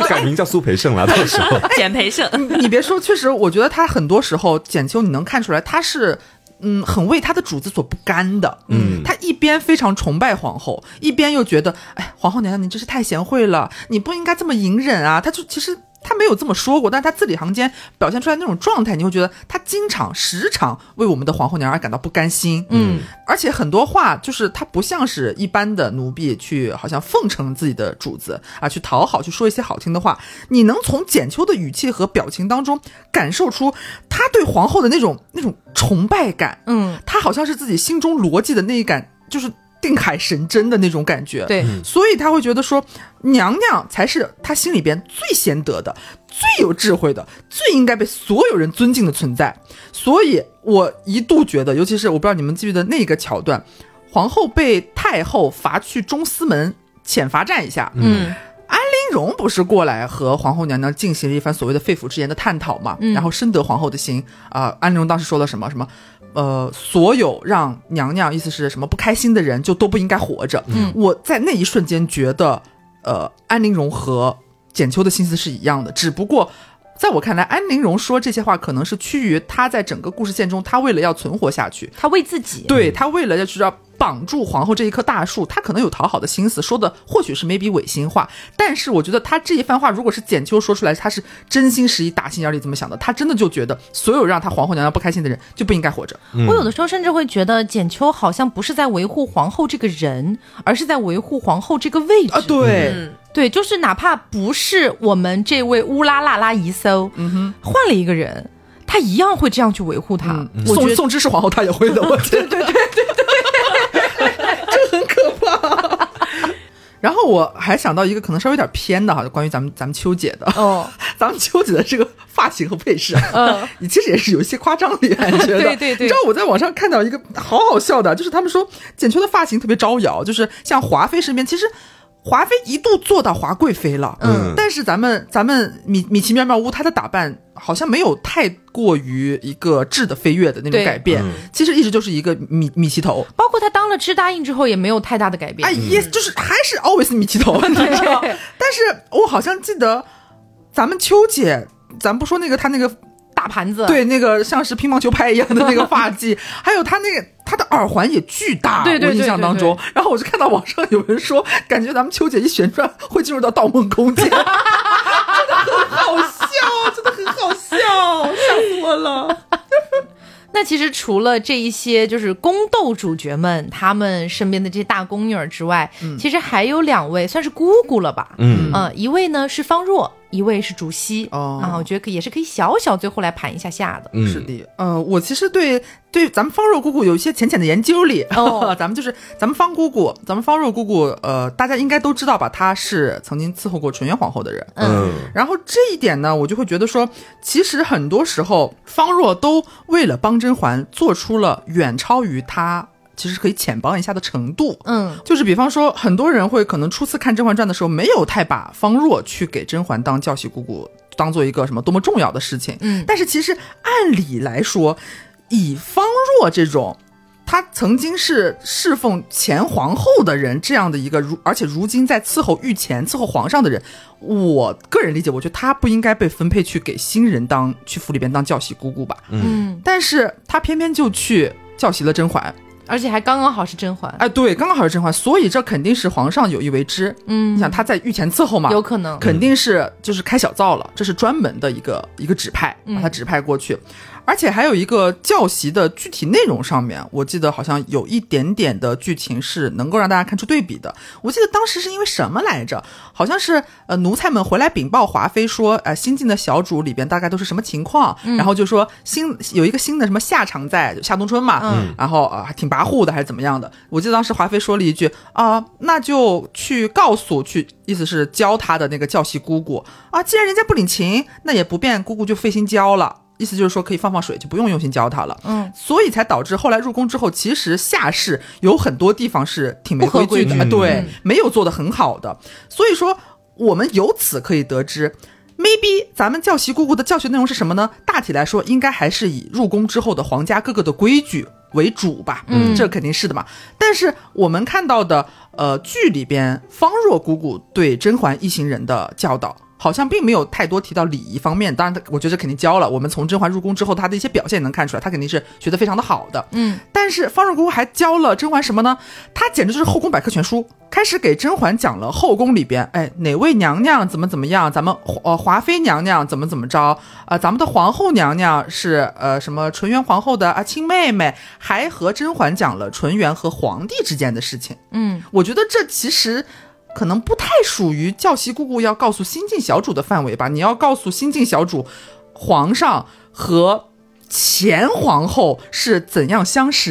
[SPEAKER 7] 上。
[SPEAKER 2] 改名叫苏培盛了，到时候
[SPEAKER 4] 简培盛，
[SPEAKER 3] 你别说，确实，我觉得他很多时候简秋，你能看出来他是。嗯，很为他的主子所不甘的。
[SPEAKER 2] 嗯
[SPEAKER 3] 他一边非常崇拜皇后，一边又觉得，哎，皇后娘娘，你真是太贤惠了，你不应该这么隐忍啊。他就其实他没有这么说过，但是他字里行间表现出来那种状态，你会觉得他经常、时常为我们的皇后娘娘而感到不甘心。嗯，而且很多话就是他不像是一般的奴婢去好像奉承自己的主子啊，去讨好，去说一些好听的话。你能从简秋的语气和表情当中感受出他对皇后的那种那种崇拜感。
[SPEAKER 7] 嗯，
[SPEAKER 3] 他好像是自己心中逻辑的那一感，就是定海神针的那种感觉。，
[SPEAKER 7] 对，
[SPEAKER 3] 所以他会觉得说，娘娘才是他心里边最贤德的、最有智慧的、最应该被所有人尊敬的存在。所以我一度觉得，尤其是我不知道你们记不记得那个桥段，皇后被太后罚去中司门遣罚站一下，
[SPEAKER 7] 嗯
[SPEAKER 3] 金荣不是过来和皇后娘娘进行了一番所谓的肺腑之言的探讨嘛，然后深得皇后的心啊、安陵容当时说了什么什么，呃，所有让娘娘意思是什么不开心的人就都不应该活着。嗯，我在那一瞬间觉得，呃，安陵容和简秋的心思是一样的，只不过。在我看来，安陵容说这些话可能是趋于她在整个故事线中，她为了要存活下去，
[SPEAKER 7] 他为自己，
[SPEAKER 3] 对他为了要去要绑住皇后这一棵大树，他可能有讨好的心思，说的或许是 maybe 违心话，但是我觉得他这一番话如果是简秋说出来，他是真心实意、打心眼里这么想的，他真的就觉得所有让他皇后娘娘不开心的人就不应该活着。
[SPEAKER 7] 我有的时候甚至会觉得简秋好像不是在维护皇后这个人，而是在维护皇后这个位置。
[SPEAKER 3] 啊，对，
[SPEAKER 7] 对，就是哪怕不是我们这位乌拉那拉遗叟，嗯、换了一个人，他一样会这样去维护她。我觉
[SPEAKER 3] 宋
[SPEAKER 7] 得
[SPEAKER 3] 嗯宋芝是皇后，她也会的，我觉得对对对对对， 这很可怕。 然后我还想到一个可能稍微有点偏的哈，就关于咱们咱们秋姐的
[SPEAKER 7] 哦，
[SPEAKER 3] 咱们秋姐的这个发型和配饰，嗯， 你其实也是有一些夸张的 感觉的。
[SPEAKER 7] 对对对
[SPEAKER 3] 你知道我在网上看到一个好好笑的，就是他们说简秋的发型特别招摇，就是像华妃身边，其实华妃一度做到华贵妃了，
[SPEAKER 2] 嗯
[SPEAKER 3] 但是咱们咱们米米奇妙妙屋她的打扮好像没有太过于一个质的飞跃的那种
[SPEAKER 7] 对
[SPEAKER 3] 改变，其实一直就是一个米米奇头，
[SPEAKER 7] 包括他当了知答应之后，也没有太大的改变。
[SPEAKER 3] 哎，yes，就是还是 always 米奇头， 你知道？但是我好像记得咱们秋姐，咱不说那个她那个
[SPEAKER 7] 大盘子，
[SPEAKER 3] 对，那个像是乒乓球拍一样的那个 发髻，还有她那个她的耳环也巨大，
[SPEAKER 7] 对对
[SPEAKER 3] 我印
[SPEAKER 7] 对
[SPEAKER 3] 象
[SPEAKER 7] 对
[SPEAKER 3] 当
[SPEAKER 7] 对
[SPEAKER 3] 中。然后我就看到网上有人说，感觉咱们秋姐一旋转会进入到盗梦空 间，真的很好笑，真的很好笑，吓死我了。
[SPEAKER 7] 那其实除了这一些就是宫斗主角们他们身边的这些大宫女儿之外，
[SPEAKER 3] 嗯
[SPEAKER 7] 其实还有两位算是姑姑了吧？
[SPEAKER 2] 嗯
[SPEAKER 7] 呃一位呢是方若，一位是竹溪。
[SPEAKER 3] 哦
[SPEAKER 7] 啊，我觉得可以也是可以小小最后来盘一下下的。
[SPEAKER 2] 嗯
[SPEAKER 3] 是的，呃，我其实对对咱们方若姑姑有一些浅浅的研究里，
[SPEAKER 7] 哦
[SPEAKER 3] 咱们就是咱们方姑姑，咱们方若姑姑，呃，大家应该都知道吧？她是曾经伺候过纯元皇后的人，
[SPEAKER 2] 嗯
[SPEAKER 3] 然后这一点呢，我就会觉得说，其实很多时候方若都为了帮甄嬛做出了远超于她其实可以浅帮一下的程度。
[SPEAKER 7] 嗯，
[SPEAKER 3] 就是比方说，很多人会可能初次看《甄嬛传》的时候，没有太把方若去给甄嬛当教习姑姑当做一个什么多么重要的事情。
[SPEAKER 7] 嗯
[SPEAKER 3] 但是其实按理来说，以方若这种。她曾经是侍奉前皇后的人，这样的一个如，而且如今在伺候御前、伺候皇上的人，我个人理解，我觉得她不应该被分配去给新人当去府里边当教习姑姑吧。
[SPEAKER 2] 嗯
[SPEAKER 3] 但是她偏偏就去教习了甄嬛，
[SPEAKER 7] 而且还刚刚好是甄嬛，
[SPEAKER 3] 哎，对，刚刚好是甄嬛，所以这肯定是皇上有意为之。
[SPEAKER 7] 嗯
[SPEAKER 3] 你想他在御前伺候嘛，
[SPEAKER 7] 有可能，
[SPEAKER 3] 肯定是就是开小灶了，这是专门的一个一个指派，
[SPEAKER 7] 嗯
[SPEAKER 3] 把他指派过去。而且还有一个教习的具体内容上面，我记得好像有一点点的剧情是能够让大家看出对比的。我记得当时是因为什么来着？好像是呃奴才们回来禀报华妃说，呃新进的小主里边大概都是什么情况，然后就说新有一个新的什么夏常在夏冬春嘛，然后啊、还挺跋扈的还是怎么样的？我记得当时华妃说了一句啊、那就去告诉去，意思是教他的那个教习姑姑啊，既然人家不领情，那也不便姑姑就费心教了。意思就是说可以放放水，就不用用心教他了。嗯，所以才导致后来入宫之后，其实下士有很多地方是挺没
[SPEAKER 7] 不合
[SPEAKER 3] 规矩
[SPEAKER 7] 规
[SPEAKER 3] 的，
[SPEAKER 7] 矩
[SPEAKER 3] 啊对，没有做得很好的。所以说，我们由此可以得知。maybe 咱们教习姑姑的教学内容是什么呢？大体来说，应该还是以入宫之后的皇家各个的规矩为主吧。嗯，这肯定是的嘛。但是我们看到的，呃，剧里边方若姑姑对甄嬛一行人的教导。好像并没有太多提到礼仪方面，当然她，我觉得这肯定教了。我们从甄嬛入宫之后，她的一些表现也能看出来，她肯定是学得非常的好的。嗯，但是方若姑姑还教了甄嬛什么呢？她简直就是后宫百科全书，开始给甄嬛讲了后宫里边，哎，哪位娘娘怎么怎么样，咱们呃华妃娘娘怎么怎么着，呃，咱们的皇后娘娘是呃什么纯元皇后的啊亲妹妹，还和甄嬛讲了纯元和皇帝之间的事情。
[SPEAKER 7] 嗯，
[SPEAKER 3] 我觉得这其实可能不太属于教习姑姑要告诉新晋小主的范围吧。你要告诉新晋小主，皇上和前皇后是怎样相识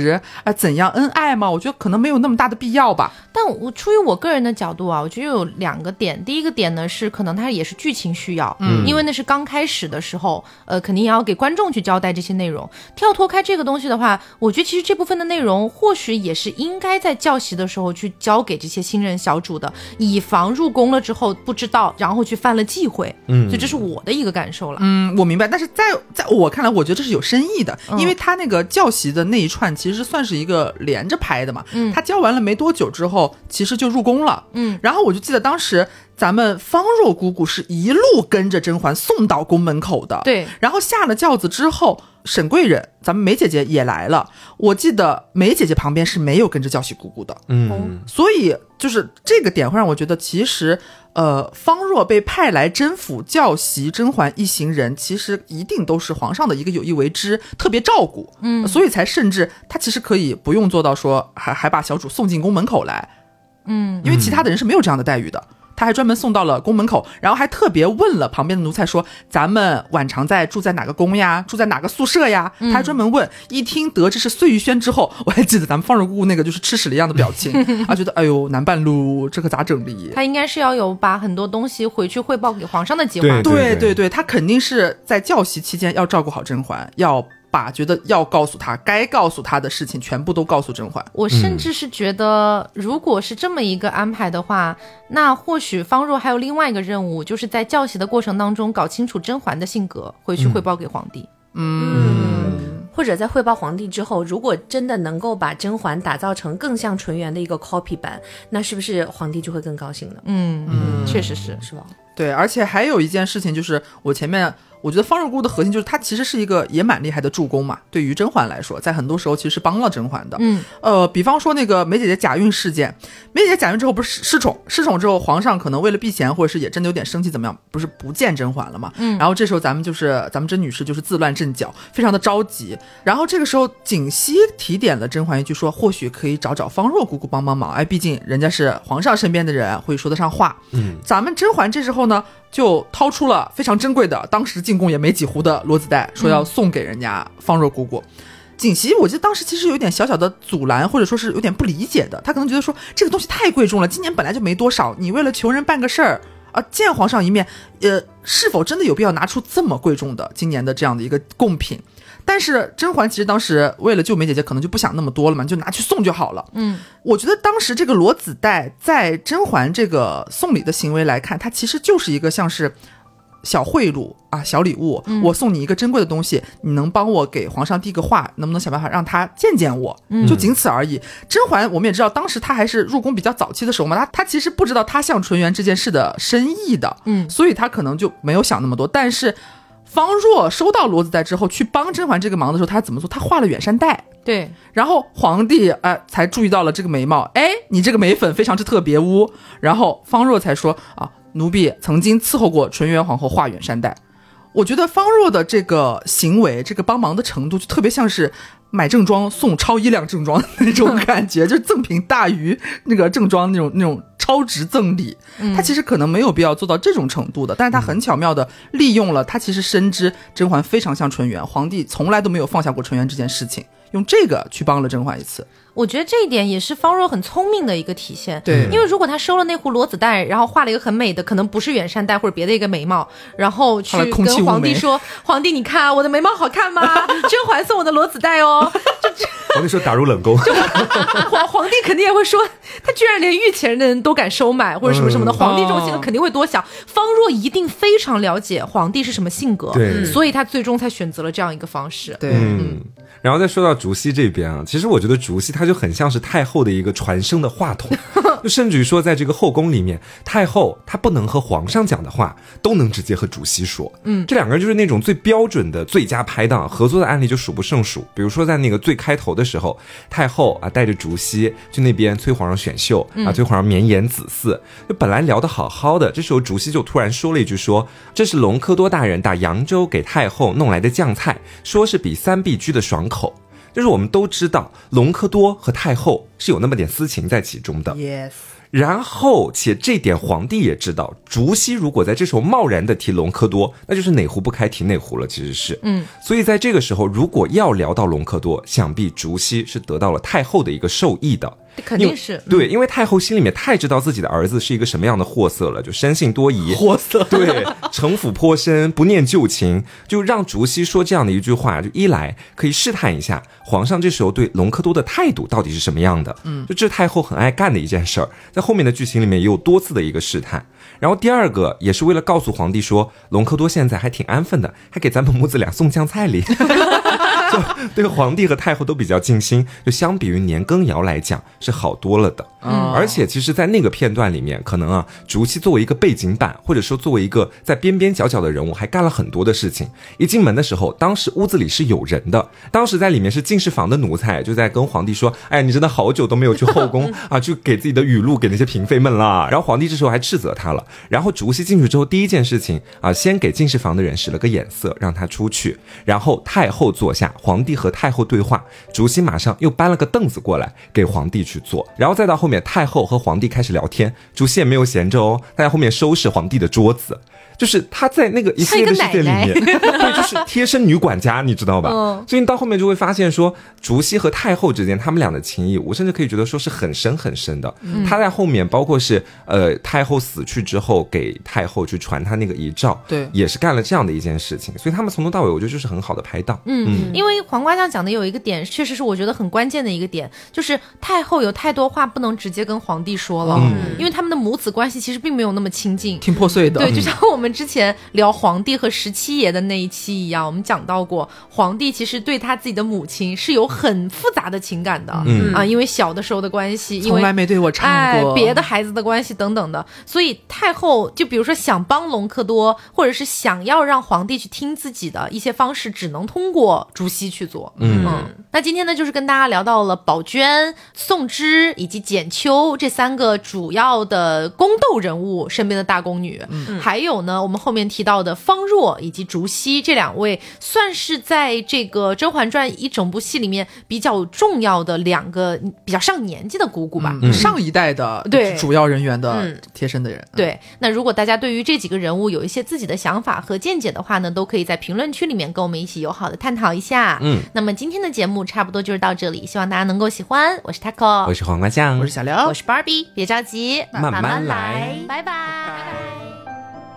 [SPEAKER 3] 啊、怎样恩爱吗？我觉得可能没有那么大的必要吧。
[SPEAKER 7] 但我出于我个人的角度啊，我觉得有两个点。第一个点呢是，可能它也是剧情需要，嗯，因为那是刚开始的时候，呃，肯定也要给观众去交代这些内容。跳脱开这个东西的话，我觉得其实这部分的内容或许也是应该在教习的时候去交给这些新人小主的，以防入宫了之后不知道，然后去犯了忌讳。
[SPEAKER 2] 嗯
[SPEAKER 7] 所以这是我的一个感受了。
[SPEAKER 3] 嗯，我明白。但是在在我看来，我觉得这是有深意的，因为他那个教习的那一串其实算是一个连着拍的嘛。嗯，他教完了没多久之后，其实就入宫了。嗯，然后我就记得当时咱们方若姑姑是一路跟着甄嬛送到宫门口的。
[SPEAKER 7] 对，
[SPEAKER 3] 然后下了轿子之后，沈贵人，咱们梅姐姐也来了。我记得梅姐姐旁边是没有跟着教习姑姑的。
[SPEAKER 2] 嗯，
[SPEAKER 3] 所以就是这个点会让我觉得，其实呃，方若被派来甄府教习甄嬛一行人，其实一定都是皇上的一个有意为之，特别照顾，嗯，所以才甚至他其实可以不用做到说还还把小主送进宫门口来，嗯，因为其他的人是没有这样的待遇的。他还专门送到了宫门口，然后还特别问了旁边的奴才说：“咱们晚常在住在哪个宫呀？住在哪个宿舍呀？”他还专门问。一听得知是碎玉轩之后，我还记得咱们方若姑姑那个就是吃屎了一样的表情，啊，觉得哎呦难办喽，这可咋整哩？
[SPEAKER 7] 他应该是要有把很多东西回去汇报给皇上的计划。
[SPEAKER 2] 对
[SPEAKER 3] 对
[SPEAKER 2] 对
[SPEAKER 3] 对对，他肯定是在教习期间要照顾好甄嬛，要把觉得要告诉他该告诉他的事情全部都告诉甄嬛。
[SPEAKER 7] 我甚至是觉得，如果是这么一个安排的话，那或许方若还有另外一个任务，就是在教习的过程当中搞清楚甄嬛的性格，回去汇报给皇帝。嗯
[SPEAKER 4] 或者在汇报皇帝之后，如果真的能够把甄嬛打造成更像纯元的一个 copy 版，那是不是皇帝就会更高兴呢？
[SPEAKER 7] 嗯，确实是。
[SPEAKER 4] 是吧？
[SPEAKER 3] 对，而且还有一件事情就是，我前面我觉得方若姑的核心就是她其实是一个也蛮厉害的助攻嘛。对于甄嬛来说，在很多时候其实是帮了甄嬛的。
[SPEAKER 7] 嗯，
[SPEAKER 3] 呃，比方说那个梅姐姐假孕事件，梅姐姐假孕之后不是失宠，失宠之后皇上可能为了避嫌，或者是也真的有点生气，怎么样？不是不见甄嬛了嘛？嗯，然后这时候咱们就是咱们甄女士就是自乱阵脚，非常的着急。然后这个时候槿汐提点了甄嬛一句说，或许可以找找方若姑姑帮帮忙，哎，毕竟人家是皇上身边的人，会说得上话。咱们甄嬛这时候呢，就掏出了非常珍贵的，当时进贡也没几壶的罗子带，说要送给人家方若姑姑。锦汐，我记得当时其实有点小小的阻拦，或者说是有点不理解的。她可能觉得说哎这个东西太贵重了，今年本来就没多少，你为了求人办个事儿啊，见皇上一面，呃，是否真的有必要拿出这么贵重的今年的这样的一个贡品？但是甄嬛其实当时为了救梅姐姐，可能就不想那么多了嘛，你就拿去送就好了。嗯，我觉得当时这个裸子带在甄嬛这个送礼的行为来看，它其实就是一个像是小贿赂啊，小礼物。我送你一个珍贵的东西，你能帮我给皇上递个话，能不能想办法让他见见我？就仅此而已。甄嬛我们也知道，当时她还是入宫比较早期的时候嘛，她她其实不知道她向纯元这件事的深意的，嗯，所以她可能就没有想那么多。但是方若收到骡子带之后，去帮甄嬛这个忙的时候，她怎么做？她画了远山黛，
[SPEAKER 1] 对，
[SPEAKER 3] 然后皇帝哎、才注意到了这个眉毛，哎，你这个眉粉非常之特别污。然后方若才说啊，奴婢曾经伺候过纯元皇后画远山黛。我觉得方若的这个行为，这个帮忙的程度，就特别像是买正装送超一辆正装的那种感觉，就是赠品大于那个正装那种那种超值赠礼。
[SPEAKER 1] 嗯
[SPEAKER 3] 他其实可能没有必要做到这种程度的，但是他很巧妙的利用了，他其实深知甄嬛非常像纯元，皇帝从来都没有放下过纯元这件事情。用这个去帮了甄嬛一次，
[SPEAKER 1] 我觉得这一点也是方若很聪明的一个体现。
[SPEAKER 3] 对
[SPEAKER 1] 因为如果他收了那壶骡子带，然后画了一个很美的，可能不是远山黛或者别的一个眉毛，然后去
[SPEAKER 3] 画了空气
[SPEAKER 1] 跟
[SPEAKER 3] 雾
[SPEAKER 1] 皇帝
[SPEAKER 3] 眉
[SPEAKER 1] 说：“皇帝，你看啊我的眉毛好看吗？甄嬛送我的骡子带哦。
[SPEAKER 2] 我那时候打入冷宫，
[SPEAKER 1] 皇”皇帝肯定也会说，他居然连御前的人都敢收买或者什么什么的，
[SPEAKER 2] 嗯
[SPEAKER 1] 皇帝这种性格
[SPEAKER 3] 哦
[SPEAKER 1] 肯定会多想。方若一定非常了解皇帝是什么性格，
[SPEAKER 2] 对
[SPEAKER 1] 所以他最终才选择了这样一个方式。
[SPEAKER 3] 对，
[SPEAKER 2] 嗯。 然后再说到竹溪这边啊，其实我觉得竹溪她就很像是太后的一个传声的话筒，就甚至于说，在这个后宫里面，太后她不能和皇上讲的话，都能直接和竹溪说。嗯，这两个人就是那种最标准的最佳拍档，合作的案例就数不胜数。比如说在那个最开头的时候，太后啊带着竹溪去那边催皇上选秀啊，催皇上绵延子嗣，就本来聊得好好的，这时候竹溪就突然说了一句说这是隆科多大人打扬州给太后弄来的酱菜，说是比三必居的爽口。就是我们都知道，隆科多和太后是有那么点私情在其中的。
[SPEAKER 3] yes，
[SPEAKER 2] 然后，且这点皇帝也知道，竹溪如果在这时候贸然的提隆科多，那就是哪壶不开提哪壶了，其实是。嗯，所以在这个时候，如果要聊到隆科多，想必竹溪是得到了太后的一个授意的。
[SPEAKER 1] 肯
[SPEAKER 2] 因
[SPEAKER 1] 定
[SPEAKER 2] 为
[SPEAKER 1] 是嗯
[SPEAKER 2] 对，因为太后心里面太知道自己的儿子是一个什么样的货色了，就生性多疑，
[SPEAKER 3] 货色，
[SPEAKER 2] 对，城府颇深，不念旧情，就让竹溪说这样的一句话，就一来可以试探一下皇上这时候对隆科多的态度到底是什么样的，嗯，就这太后很爱干的一件事儿，在后面的剧情里面也有多次的一个试探。然后第二个也是为了告诉皇帝说，隆科多现在还挺安分的，还给咱们母子俩送酱菜哩。 对皇帝和太后都比较尽心，就相比于年羹尧来讲是好多了的。
[SPEAKER 3] 嗯
[SPEAKER 2] 而且其实，在那个片段里面，可能啊，竹溪作为一个背景板，或者说作为一个在边边角角的人物，还干了很多的事情。一进门的时候，当时屋子里是有人的，当时在里面是进士房的奴才，就在跟皇帝说：“哎，你真的好久都没有去后宫 啊，去给自己的语录给那些嫔妃们啦。”然后皇帝这时候还斥责他了。然后竹溪进去之后，第一件事情啊，先给进士房的人使了个眼色，让他出去。然后太后坐下，皇帝和太后对话，竹溪马上又搬了个凳子过来给皇帝去坐。然后再到后面，太后和皇帝开始聊天，竹溪也没有闲着哦，她在后面收拾皇帝的桌子。就是她在那 个一系列的事件里面，对，就是贴身女管家，你知道吧？ 所以你到后面就会发现说，竹溪和太后之间他们俩的情谊，我甚至可以觉得说是很深很深的。她在后面，包括是呃太后死去之后，给太后去传她那个遗诏，
[SPEAKER 3] 对
[SPEAKER 2] 也是干了这样的一件事情。所以他们从头到尾，我觉得就是很好的拍档。
[SPEAKER 1] 嗯，因为黄瓜酱讲的有一个点，确实是我觉得很关键的一个点，就是太后有太多话不能直接跟皇帝说了，
[SPEAKER 2] 嗯
[SPEAKER 1] 因为他们的母子关系其实并没有那么亲近。
[SPEAKER 3] 挺破碎的，
[SPEAKER 1] 对，就像我们之前聊皇帝和十七爷的那一期一样，我们讲到过，皇帝其实对他自己的母亲是有很复杂的情感的，
[SPEAKER 2] 嗯
[SPEAKER 1] 啊，因为小的时候的关系，因
[SPEAKER 3] 从
[SPEAKER 1] 为
[SPEAKER 3] 来没对我唱过
[SPEAKER 1] 哎，别的孩子的关系等等的，所以太后就比如说想帮隆科多，或者是想要让皇帝去听自己的一些方式，只能通过朱熹去做。
[SPEAKER 2] 嗯
[SPEAKER 1] 那今天呢，就是跟大家聊到了宝娟、宋芝以及简秋这三个主要的宫斗人物身边的大宫女，
[SPEAKER 3] 嗯
[SPEAKER 1] 还有呢，我们后面提到的方若以及竹溪这两位，算是在这个《甄嬛传》一整部戏里面比较重要的两个比较上年纪的姑姑吧。
[SPEAKER 3] 嗯上一代的
[SPEAKER 1] 对
[SPEAKER 3] 主要人员的
[SPEAKER 1] 嗯
[SPEAKER 3] 贴身的人，
[SPEAKER 1] 对，那如果大家对于这几个人物有一些自己的想法和见解的话呢，都可以在评论区里面跟我们一起友好的探讨一下。
[SPEAKER 2] 嗯，
[SPEAKER 1] 那么今天的节目差不多就是到这里，希望大家能够喜欢。我是 Taco，
[SPEAKER 2] 我是黄瓜酱，
[SPEAKER 3] 我是小廖
[SPEAKER 1] 我，是 Barbie，别着急，
[SPEAKER 2] 慢慢
[SPEAKER 1] 慢
[SPEAKER 2] 来
[SPEAKER 1] 拜拜